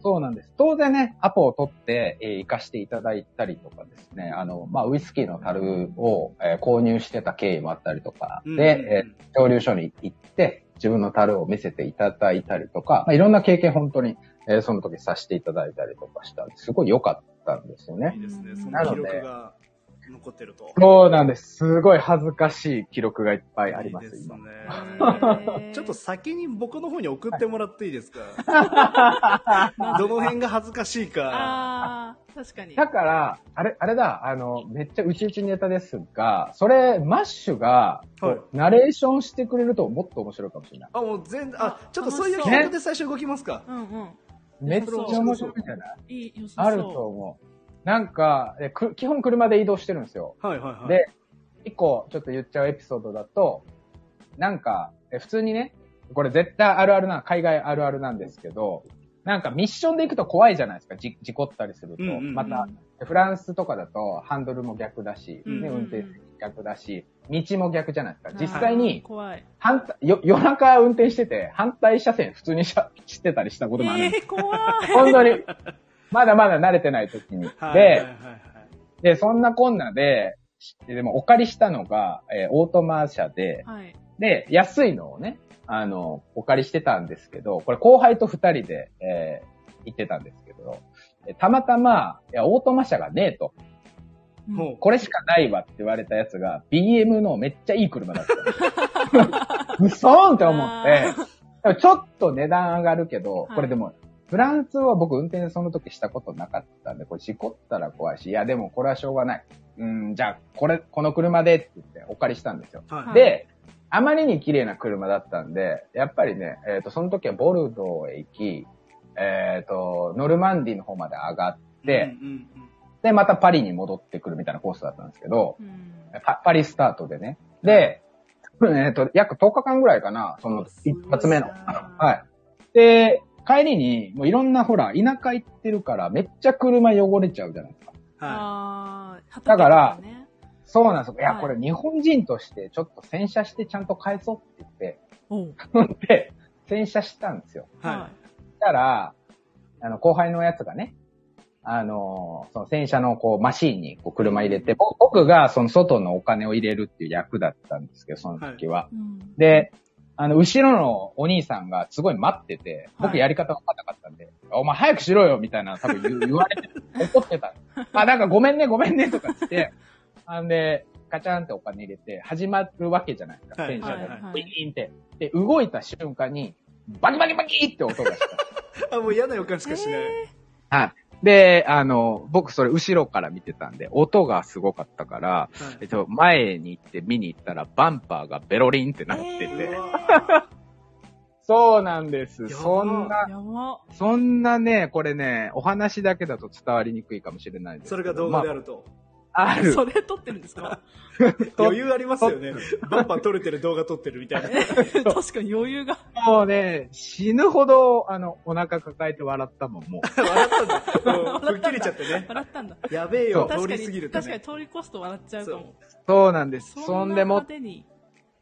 Speaker 1: そうなんです。当然ね、アポを取って、えー活かしていただいたりとかですね、あの、まあ、ウイスキーの樽を、えー購入してた経緯もあったりとか、
Speaker 2: うん
Speaker 1: で、えー、蒸留所に行って、自分の樽を見せていただいたりとか、まあ、いろんな経験本当に、えーその時させていただいたりとかしたんですごい良かったんですよね
Speaker 2: いい。ですね。そ
Speaker 1: なの
Speaker 2: の記
Speaker 1: で
Speaker 2: 録が残ってると。
Speaker 1: そうなんです。すごい恥ずかしい記録がいっぱいありま
Speaker 2: いい
Speaker 1: す、
Speaker 2: です
Speaker 1: 今。
Speaker 2: ね。
Speaker 3: へー
Speaker 2: ちょっと先に僕の方に送ってもらってい いですかどの辺が恥ずかしいか。
Speaker 3: ああ、確かに。
Speaker 1: だから、あれ、あれだ、あの、めっちゃうちうちネタですが、それ、マッシュが、こう
Speaker 2: はい
Speaker 1: ナレーションしてくれるともっと面白いかもしれない。
Speaker 2: あ、もう全然、あ
Speaker 3: あ、
Speaker 2: ちょっとそういう
Speaker 3: 楽し
Speaker 2: 記
Speaker 3: そう
Speaker 2: 録で最初動きますか。
Speaker 3: うんうん。
Speaker 1: めっちゃ面白いじゃない
Speaker 3: いい、良さそう。
Speaker 1: あると思う。なんか、えく基本車で移動してるんですよ。
Speaker 2: はいはいはい。
Speaker 1: で、一個ちょっと言っちゃうエピソードだと、なんか、え普通にね、これ絶対あるあるな、海外あるあるなんですけど、なんかミッションで行くと怖いじゃないですか、じ事故ったりすると。
Speaker 2: うんうんうん
Speaker 1: また、フランスとかだとハンドルも逆だし、
Speaker 3: うんうん
Speaker 1: ね、
Speaker 3: うん
Speaker 1: 運転席逆だし、道も逆じゃないですか。
Speaker 3: はい
Speaker 1: 実際に、
Speaker 3: 怖い。
Speaker 1: 反対、よ夜中運転してて、反対車線普通にしゃ知ってたりしたこともあるんです
Speaker 3: えー、怖い。
Speaker 1: 本当に。まだまだ慣れてない時に。
Speaker 2: はいはいはい
Speaker 1: で、
Speaker 2: はい、
Speaker 1: で、そんなこんなで、でもお借りしたのが、えーオートマ車で、
Speaker 3: はい。
Speaker 1: で、安いのをね、あの、お借りしてたんですけど、これ後輩と二人で、えー行ってたんですけど、えたまたま、いや、オートマ車がねえと、
Speaker 3: うん
Speaker 2: もう、
Speaker 1: これしかないわって言われたやつが、BM のめっちゃいい車だった。 うそーんって思って、でもちょっと値段上がるけど、
Speaker 3: はい
Speaker 1: これでも、フランスは僕運転その時したことなかったんで、これ事故ったら怖いし、いやでもこれはしょうがない。うん、じゃあ、これ、この車でって言ってお借りしたんですよ。
Speaker 2: はい、
Speaker 3: い
Speaker 1: で、あまりに綺麗な車だったんで、やっぱりね、えっ、と、その時はボルドーへ行き、えっ、と、ノルマンディの方まで上がって、
Speaker 2: うんうんうん
Speaker 1: で、またパリに戻ってくるみたいなコースだったんですけど、
Speaker 3: うん
Speaker 1: パパリスタートでね。で、えっ、と、約10日間ぐらいかな、その一発目の。
Speaker 2: すごいな
Speaker 1: はい。で、帰りに、もういろんなほら、田舎行ってるから、めっちゃ車汚れちゃうじゃないですか。
Speaker 2: は
Speaker 3: ああ、
Speaker 1: だから
Speaker 3: 畑とね
Speaker 1: そうなんですよ。いや、
Speaker 3: はい
Speaker 1: これ日本人として、ちょっと洗車してちゃんと返そうって言って
Speaker 3: おう、
Speaker 1: で、洗車したんですよ。
Speaker 2: い。は
Speaker 1: したら、あの、後輩のやつがね、あのーその洗車のこう、マシーンにこう車入れて、ぼ僕がその外のお金を入れるっていう役だったんですけど、その時は。
Speaker 3: うん
Speaker 1: で、あの、後ろのお兄さんがすごい待ってて、
Speaker 3: は
Speaker 1: 僕
Speaker 3: い
Speaker 1: やり方わかんなかったんで、お前早くしろよみたいな多分言う 言われて、怒ってた。あ、なんかごめんね、ごめんねとか言って、 あんで、ガチャンってお金入れて、始まるわけじゃないですか、
Speaker 2: はい
Speaker 1: 電車で。
Speaker 3: はいはい
Speaker 1: ブイーンって。で、動いた瞬間に、バキバキバキって音がした。
Speaker 2: い。あ、もう嫌な予感しかしない。
Speaker 1: はい。で、あの、僕それ後ろから見てたんで、音がすごかったから、
Speaker 2: はい
Speaker 1: えっと、前に行って見に行ったら、バンパーがベロリンってなってて。
Speaker 3: え ー
Speaker 2: うわ
Speaker 1: そうなんです。
Speaker 2: やば
Speaker 1: そんな、
Speaker 3: やば。
Speaker 1: そんなね、これね、お話だけだと伝わりにくいかもしれないです
Speaker 2: そ
Speaker 1: け
Speaker 2: れ
Speaker 1: ど。
Speaker 2: が動画で
Speaker 1: ま
Speaker 2: あると。
Speaker 1: あ、ある。
Speaker 3: それ撮ってるんです か
Speaker 2: 余裕ありますよね。バンバン撮れてる動画撮ってるみた いな。
Speaker 3: 確かに余裕が。
Speaker 1: もうね、死ぬほど、あの、お腹抱えて笑ったもん、もう。
Speaker 2: 笑ったんだ。もう吹っ切れちゃってね。
Speaker 3: 笑ったんだ。
Speaker 2: やべえよ、
Speaker 1: そう
Speaker 2: 通
Speaker 3: 確か
Speaker 2: り
Speaker 3: に、
Speaker 2: 過ぎると、
Speaker 3: 確かに
Speaker 2: ね。
Speaker 3: 通り越すと笑っちゃうかも。
Speaker 1: そうなんです。そ
Speaker 3: そ
Speaker 1: ん
Speaker 3: んな
Speaker 1: でも
Speaker 3: 派、手に。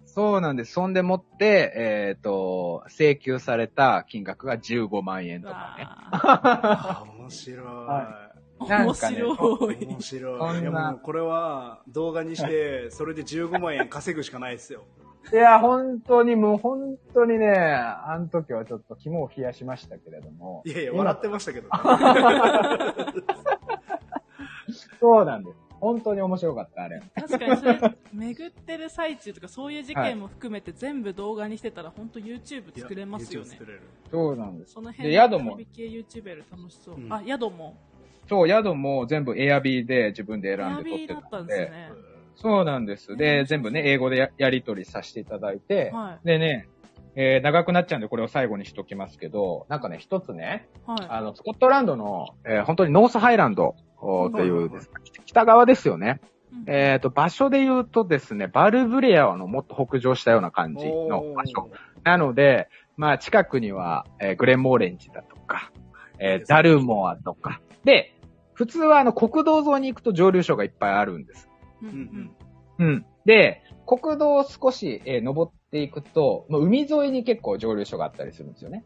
Speaker 1: そうなんです。そんでもって、えっ、と、請求された金額が15万円とかね。
Speaker 3: わ
Speaker 2: あー面白い。
Speaker 1: は
Speaker 3: ー面
Speaker 1: なん
Speaker 3: 白 い。
Speaker 2: 面
Speaker 1: そん
Speaker 2: 白い。
Speaker 1: ない
Speaker 2: やもうこれは動画 にして、それで15万円稼ぐしかないですよ。
Speaker 1: いや、本当にもう本当にね、あの時はちょっと肝を冷やしましたけれども。
Speaker 2: いやいや、
Speaker 1: 今
Speaker 2: 笑ってましたけどね。
Speaker 1: そうなんです。本当に面白かった、あれ。
Speaker 3: 確かにそれ、巡ってる最中とかそういう事件も含めて全部動画にしてたら本当 YouTube 作れますよ
Speaker 2: いや
Speaker 3: ね
Speaker 2: 作。れる
Speaker 1: そうなんです。
Speaker 3: その辺
Speaker 1: で宿も
Speaker 3: 旅系 YouTuber 楽しそう。
Speaker 2: うん
Speaker 3: あ、宿も。
Speaker 1: そう、宿も全部エアビーで自分で
Speaker 3: エ
Speaker 1: 選ん
Speaker 3: ア
Speaker 1: で取
Speaker 3: ビ
Speaker 1: っ
Speaker 3: ーだ
Speaker 1: て
Speaker 3: ったた
Speaker 1: ん
Speaker 3: ん
Speaker 1: で。
Speaker 3: ですね。
Speaker 1: そうなんです。
Speaker 3: う
Speaker 1: で、
Speaker 3: ん
Speaker 1: 全部ね、英語でややり取りさせていただいて、
Speaker 3: は
Speaker 1: でね、えー長くなっちゃうんでこれを最後にしときますけど、なんかね、一つね、
Speaker 3: は
Speaker 1: あの、スコットランドの、えー本当にノースハイランドおーとい
Speaker 2: はいう
Speaker 1: ですね北側ですよね。
Speaker 3: うん
Speaker 1: えっ、と、場所で言うとですね、バルブレアのもっと北上したような感じの場所。なので、まあ近くには、えーグレンモーレンジだとか、
Speaker 2: いい
Speaker 1: えー
Speaker 2: ですね
Speaker 1: ダルモアとか、で、普通はあの国道沿いに行くと蒸留所がいっぱいあるんです。
Speaker 3: うんうん。
Speaker 1: うん。で、国道を少し、えー登っていくと、もう海沿いに結構蒸留所があったりするんですよね。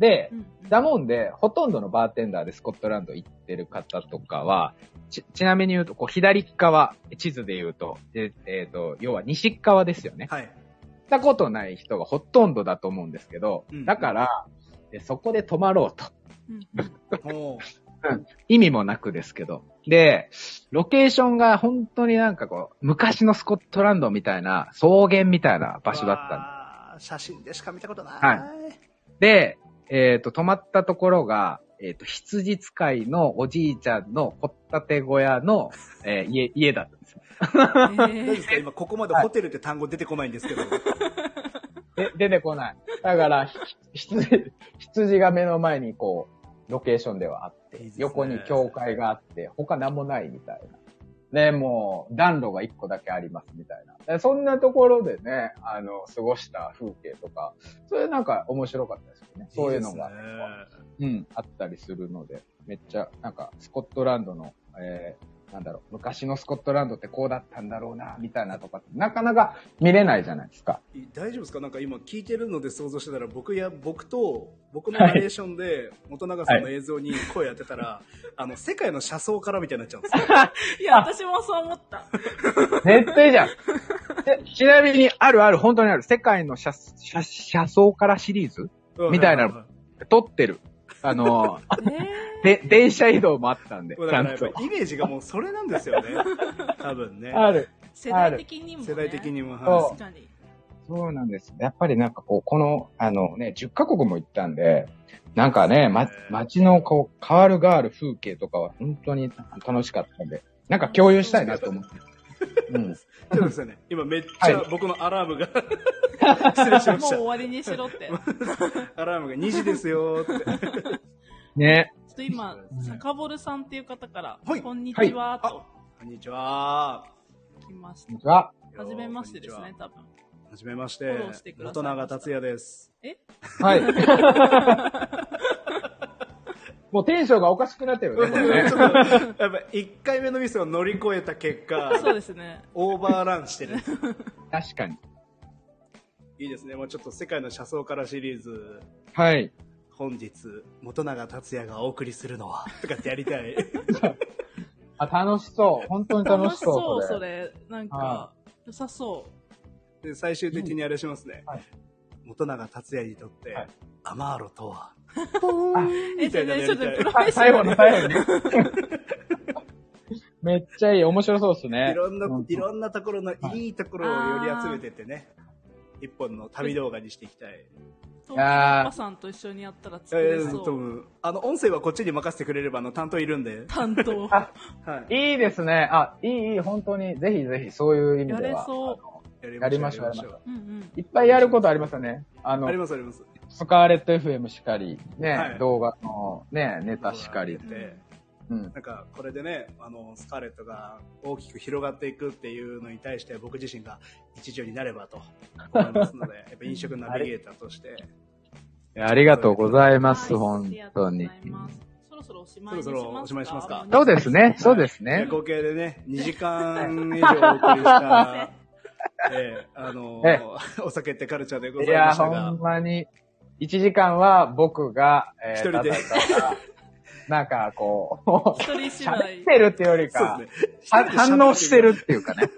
Speaker 1: で
Speaker 3: う、んうん
Speaker 1: だもんで、ほとんどのバーテンダーでスコットランド行ってる方とかは、ち、ちなみに言うと、こう、左側、地図で言うと、えっ、えーと、要は西側ですよね。
Speaker 2: はい。
Speaker 1: 行ったことない人がほとんどだと思うんですけど、
Speaker 2: うん
Speaker 1: だから、でそこで泊まろうと。
Speaker 3: うんうん
Speaker 2: おー
Speaker 1: 意味もなくですけど。で、ロケーションが本当になんかこう、昔のスコットランドみたいな、草原みたいな場所だったんで
Speaker 2: わー写真でしか見たことない。
Speaker 1: はで、えっ、と、泊まったところが、えっ、と、羊使いのおじいちゃんの掘ったて小屋の、えー家、家だったんですよ。
Speaker 2: 大丈夫ですか今ここまで
Speaker 1: はい
Speaker 2: ホテルって単語出てこないんですけど。
Speaker 1: で、出てこない。だから、ひ羊、羊が目の前にこう、ロケーションではあって、
Speaker 2: いいです ね
Speaker 1: 横に教会があって、他何もないみたいな。で、もう、暖炉が一個だけありますみたいな。でそんなところでね、あの、過ごした風景とか、それなんか面白かったですよね。そういうのが、
Speaker 2: いいで
Speaker 1: うん、あったりするので、めっちゃ、なんか、スコットランドの、えー、なんだろう、昔のスコットランドってこうだったんだろうな、みたいなとかって、なかなか見れないじゃないです か。
Speaker 2: すね大丈夫ですかなんか今聞いてるので想像してたら僕や僕と僕のナレーションで元永さんの映像に声当てたら、あの世界の車窓からみたいになっちゃうんですよ。
Speaker 3: いや、私もそう思った。
Speaker 1: 絶対じゃん。でちなみに、あるある、本当にある。世界の車、車、車窓からシリーズ みたいな
Speaker 2: うん
Speaker 1: 撮ってる。あの、
Speaker 3: ええ
Speaker 1: で、電車移動もあったんで、ち
Speaker 2: だ
Speaker 1: ゃ
Speaker 2: からや
Speaker 1: ん
Speaker 2: っぱ
Speaker 1: と
Speaker 2: り。イメージがもうそれなんです よね。多分ね。
Speaker 1: ある。
Speaker 3: 世代的にも、ね。
Speaker 2: 世代的にも。
Speaker 1: そ
Speaker 2: は
Speaker 1: う
Speaker 3: 確かに。
Speaker 1: そうなんです。やっぱりなんかこう、この、あのね、10カ国も行ったんで、なんかね、ま、街のこう、変わる変わる風景とかは本当に 楽しかったんで、なんか共有したいなと思って。うん。
Speaker 2: いちょっとですね。今めっち
Speaker 1: は
Speaker 2: ゃ僕のアラー ムが、失礼しま
Speaker 3: もう
Speaker 2: し
Speaker 3: 終わりにしろ って。ちょ
Speaker 2: た。アラームが2時ですよーって。
Speaker 1: ね。
Speaker 3: っと今、坂ボルさんっていう方から、
Speaker 2: はい
Speaker 3: こんにちは
Speaker 2: あ
Speaker 3: と、
Speaker 2: こんにちは。
Speaker 3: 来まし
Speaker 1: こんに
Speaker 3: た。
Speaker 1: ちは。
Speaker 3: はじめましてですね、多分。
Speaker 2: はじめまして
Speaker 3: フォローして。くださ
Speaker 2: 元
Speaker 3: い
Speaker 2: 永達也です。
Speaker 3: え
Speaker 1: はい。もうテンションがおかしくなってるよね、これね
Speaker 2: ちょっと、やっぱ1回目のミスを乗り越えた結果、
Speaker 3: そうですね。
Speaker 2: オーバーランしてる。
Speaker 1: 確かに。
Speaker 2: いいですね。もうちょっと世界の車窓からシリーズ、
Speaker 1: はい。
Speaker 2: 本日、元永達也がお送りするのは、とかってやりたい。
Speaker 1: あ、楽しそう。本当に楽
Speaker 3: 楽
Speaker 1: し
Speaker 3: し
Speaker 1: そう。
Speaker 3: そう、そ
Speaker 1: れ。
Speaker 3: れ。なんか
Speaker 1: は、
Speaker 3: 良さそ
Speaker 2: で最終的にあれしますね。
Speaker 1: はい
Speaker 2: 元永達也にとって、
Speaker 1: はい
Speaker 2: アマーロとは、
Speaker 3: う。え、
Speaker 2: み
Speaker 3: そ
Speaker 2: た
Speaker 3: れ
Speaker 2: いなのや
Speaker 3: ね、ち
Speaker 2: り
Speaker 3: ょったと
Speaker 2: い
Speaker 3: プロフェッショ
Speaker 1: 最後
Speaker 3: ナル。
Speaker 1: の最後に。 めっちゃいい。面白そうですね。
Speaker 2: いろんな
Speaker 1: う、
Speaker 2: いろんなところのいいところをより集めてってね、一本の旅動画にしていきたい。
Speaker 3: トムパパさんと一緒にやったら作
Speaker 2: え
Speaker 3: れ
Speaker 2: ー
Speaker 3: そう。
Speaker 2: とあの、音声はこっちに任せてくれれば、あの、担当いるんで。
Speaker 3: 担当。
Speaker 1: あ
Speaker 2: はい。
Speaker 1: いいですね。あ、いい、いい、本当に。ぜひぜひ、そういう意味
Speaker 3: や
Speaker 1: で
Speaker 3: れ
Speaker 1: は。
Speaker 3: そう。
Speaker 2: やり
Speaker 1: やりましょう、やりましょ
Speaker 2: う
Speaker 1: う。
Speaker 3: うんうん。
Speaker 1: いっぱいやることありますよね。あの
Speaker 2: あり、ます、あります。
Speaker 1: スカーレット FM しかり、ね、
Speaker 2: はい
Speaker 1: 動画のね、ネタしかり
Speaker 2: う。ん
Speaker 1: うん。
Speaker 2: なんか、これでね、あの、スカーレットが大きく広がっていくっていうのに対して、僕自身が一助になればと思いま すので、やっぱ飲食ナビゲーターとして、
Speaker 1: ありがとうございます、
Speaker 3: はい
Speaker 1: 本当に
Speaker 3: あ。りがとうございますそろそろおしまいにし
Speaker 2: そろそろおしまいにしま
Speaker 3: ますす
Speaker 2: か
Speaker 3: か。
Speaker 1: そうですね、そうです
Speaker 2: え
Speaker 1: ね
Speaker 2: ー。合計でね、2時間以上お送 りした、えーあの
Speaker 1: え
Speaker 2: お酒ってカルチャーでご
Speaker 1: い
Speaker 2: ざいま
Speaker 1: や、
Speaker 2: した
Speaker 1: ほ
Speaker 2: が
Speaker 1: ん、まに、1時間は僕が、えー
Speaker 2: 一人で
Speaker 1: ただただなんかこ う、
Speaker 3: 一人次
Speaker 1: 喋
Speaker 3: 第
Speaker 1: っ。てるっていうよりか
Speaker 2: そう、ですね。
Speaker 1: は反応してるっていうか ね。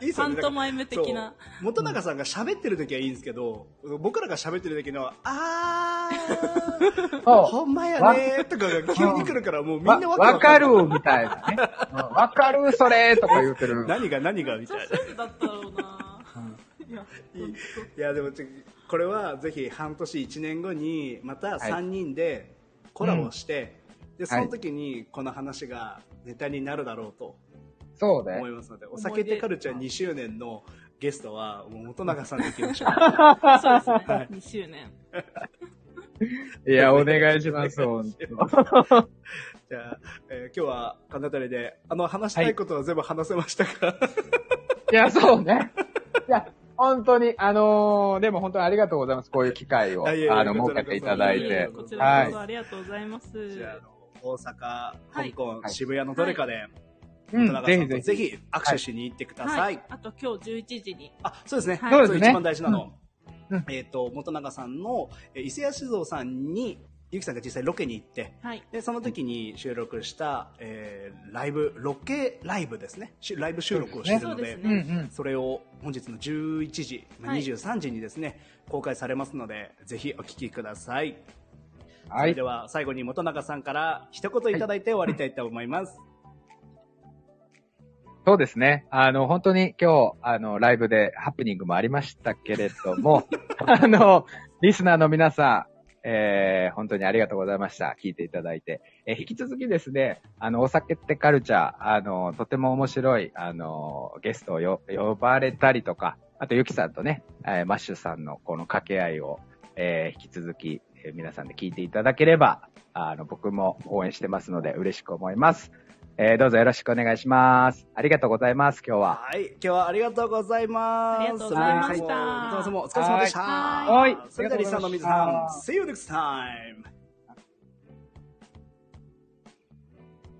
Speaker 2: いいです
Speaker 3: パ
Speaker 2: よ
Speaker 3: ン
Speaker 2: ね。
Speaker 3: トマイム的な。
Speaker 2: 元永さんが喋ってる時はいいんですけど、僕らが喋ってる時の、あー、
Speaker 1: そう
Speaker 2: ほんまやねーとかが急に来るから、もうみんな
Speaker 1: わ
Speaker 2: わ
Speaker 1: わか
Speaker 2: る。
Speaker 1: るみたいなね。 うんわかるそれとか言ってる。
Speaker 2: 何が何がみたい
Speaker 3: ど
Speaker 2: な
Speaker 3: うし。てだったろうな。いや、
Speaker 2: いいいやでもちょこれはぜひ半年1年後にまた3人でコラボして、でその時にこの話がネタになるだろうと
Speaker 1: そうね
Speaker 2: 思い。ますので、お酒ってカルチャー2周年のゲストはもう元永さんでいきましょう
Speaker 3: そうですね。2周年。
Speaker 1: いや、お願いします、本
Speaker 2: じゃあ、えー今日はこの辺りであの話したいことは全部話せましたか、
Speaker 1: 当いや、そうね。いや、本当に、あのーでも本当にありがとうございます。こういう機会を、
Speaker 2: あいえいえ
Speaker 1: あの、
Speaker 2: こち
Speaker 1: 設け
Speaker 2: らこそ
Speaker 1: ていただい
Speaker 2: え
Speaker 1: て
Speaker 2: ー
Speaker 3: こち。ら
Speaker 1: は
Speaker 3: こ
Speaker 1: い
Speaker 3: そ。ありがとうございます。
Speaker 2: じゃああの大阪、
Speaker 3: い
Speaker 2: 香港、
Speaker 1: はい
Speaker 2: 渋谷のどれかで、
Speaker 1: うん
Speaker 2: 本永
Speaker 1: ぜ
Speaker 2: さ
Speaker 1: ひ
Speaker 2: んと
Speaker 1: ぜひ。
Speaker 2: ぜひ握手しに行ってください。
Speaker 3: はい。あと今日11時に。
Speaker 2: あ、そうですね。
Speaker 3: はい
Speaker 1: そうですね
Speaker 2: 一番大事なの。
Speaker 1: うんうん
Speaker 2: えっ、と、元永さんの、えー伊勢谷酒造さんに、ゆきさんが実際ロケに行って、
Speaker 3: はい。
Speaker 2: で、その時に収録した、えーライブ、ロケライブですね。しライブ収録をしている
Speaker 3: そ
Speaker 2: の
Speaker 3: うで
Speaker 2: で、
Speaker 1: う
Speaker 3: す
Speaker 1: んう
Speaker 3: ね。
Speaker 1: ん。
Speaker 2: それを本日の11時、まあ
Speaker 3: はい
Speaker 2: 23時にですね、公開されますので、ぜひお聞きください。
Speaker 1: は
Speaker 2: それ
Speaker 1: い
Speaker 2: で。は最後に元永さんから一言いただいて終わりたいと思います。
Speaker 1: そうですね。あの、本当に今日、あの、ライブでハプニングもありましたけれども、 あの、リスナーの皆さん、えー、本当にありがとうございました。聞いていただいて。えー引き続きですね、あの、お酒ってカルチャー、あの、とても面白い、あの、ゲストをよ呼ばれたりとか、あと、ゆきさんとね、えーマッシュさんのこの掛け合いを、えー引き続き、えー皆さんで聞いていただければ、あの、僕も応援してますので、嬉しく思います。えーどうぞよろしくお願いします。ありがとうございます、今日は。
Speaker 2: はい、今日はありがとうございます。
Speaker 3: ありがとうございました
Speaker 2: それでは最後元永さんもお疲れ様でした。
Speaker 3: はい
Speaker 1: はい
Speaker 2: それではリサの水さ
Speaker 1: は
Speaker 2: ん、See you next time!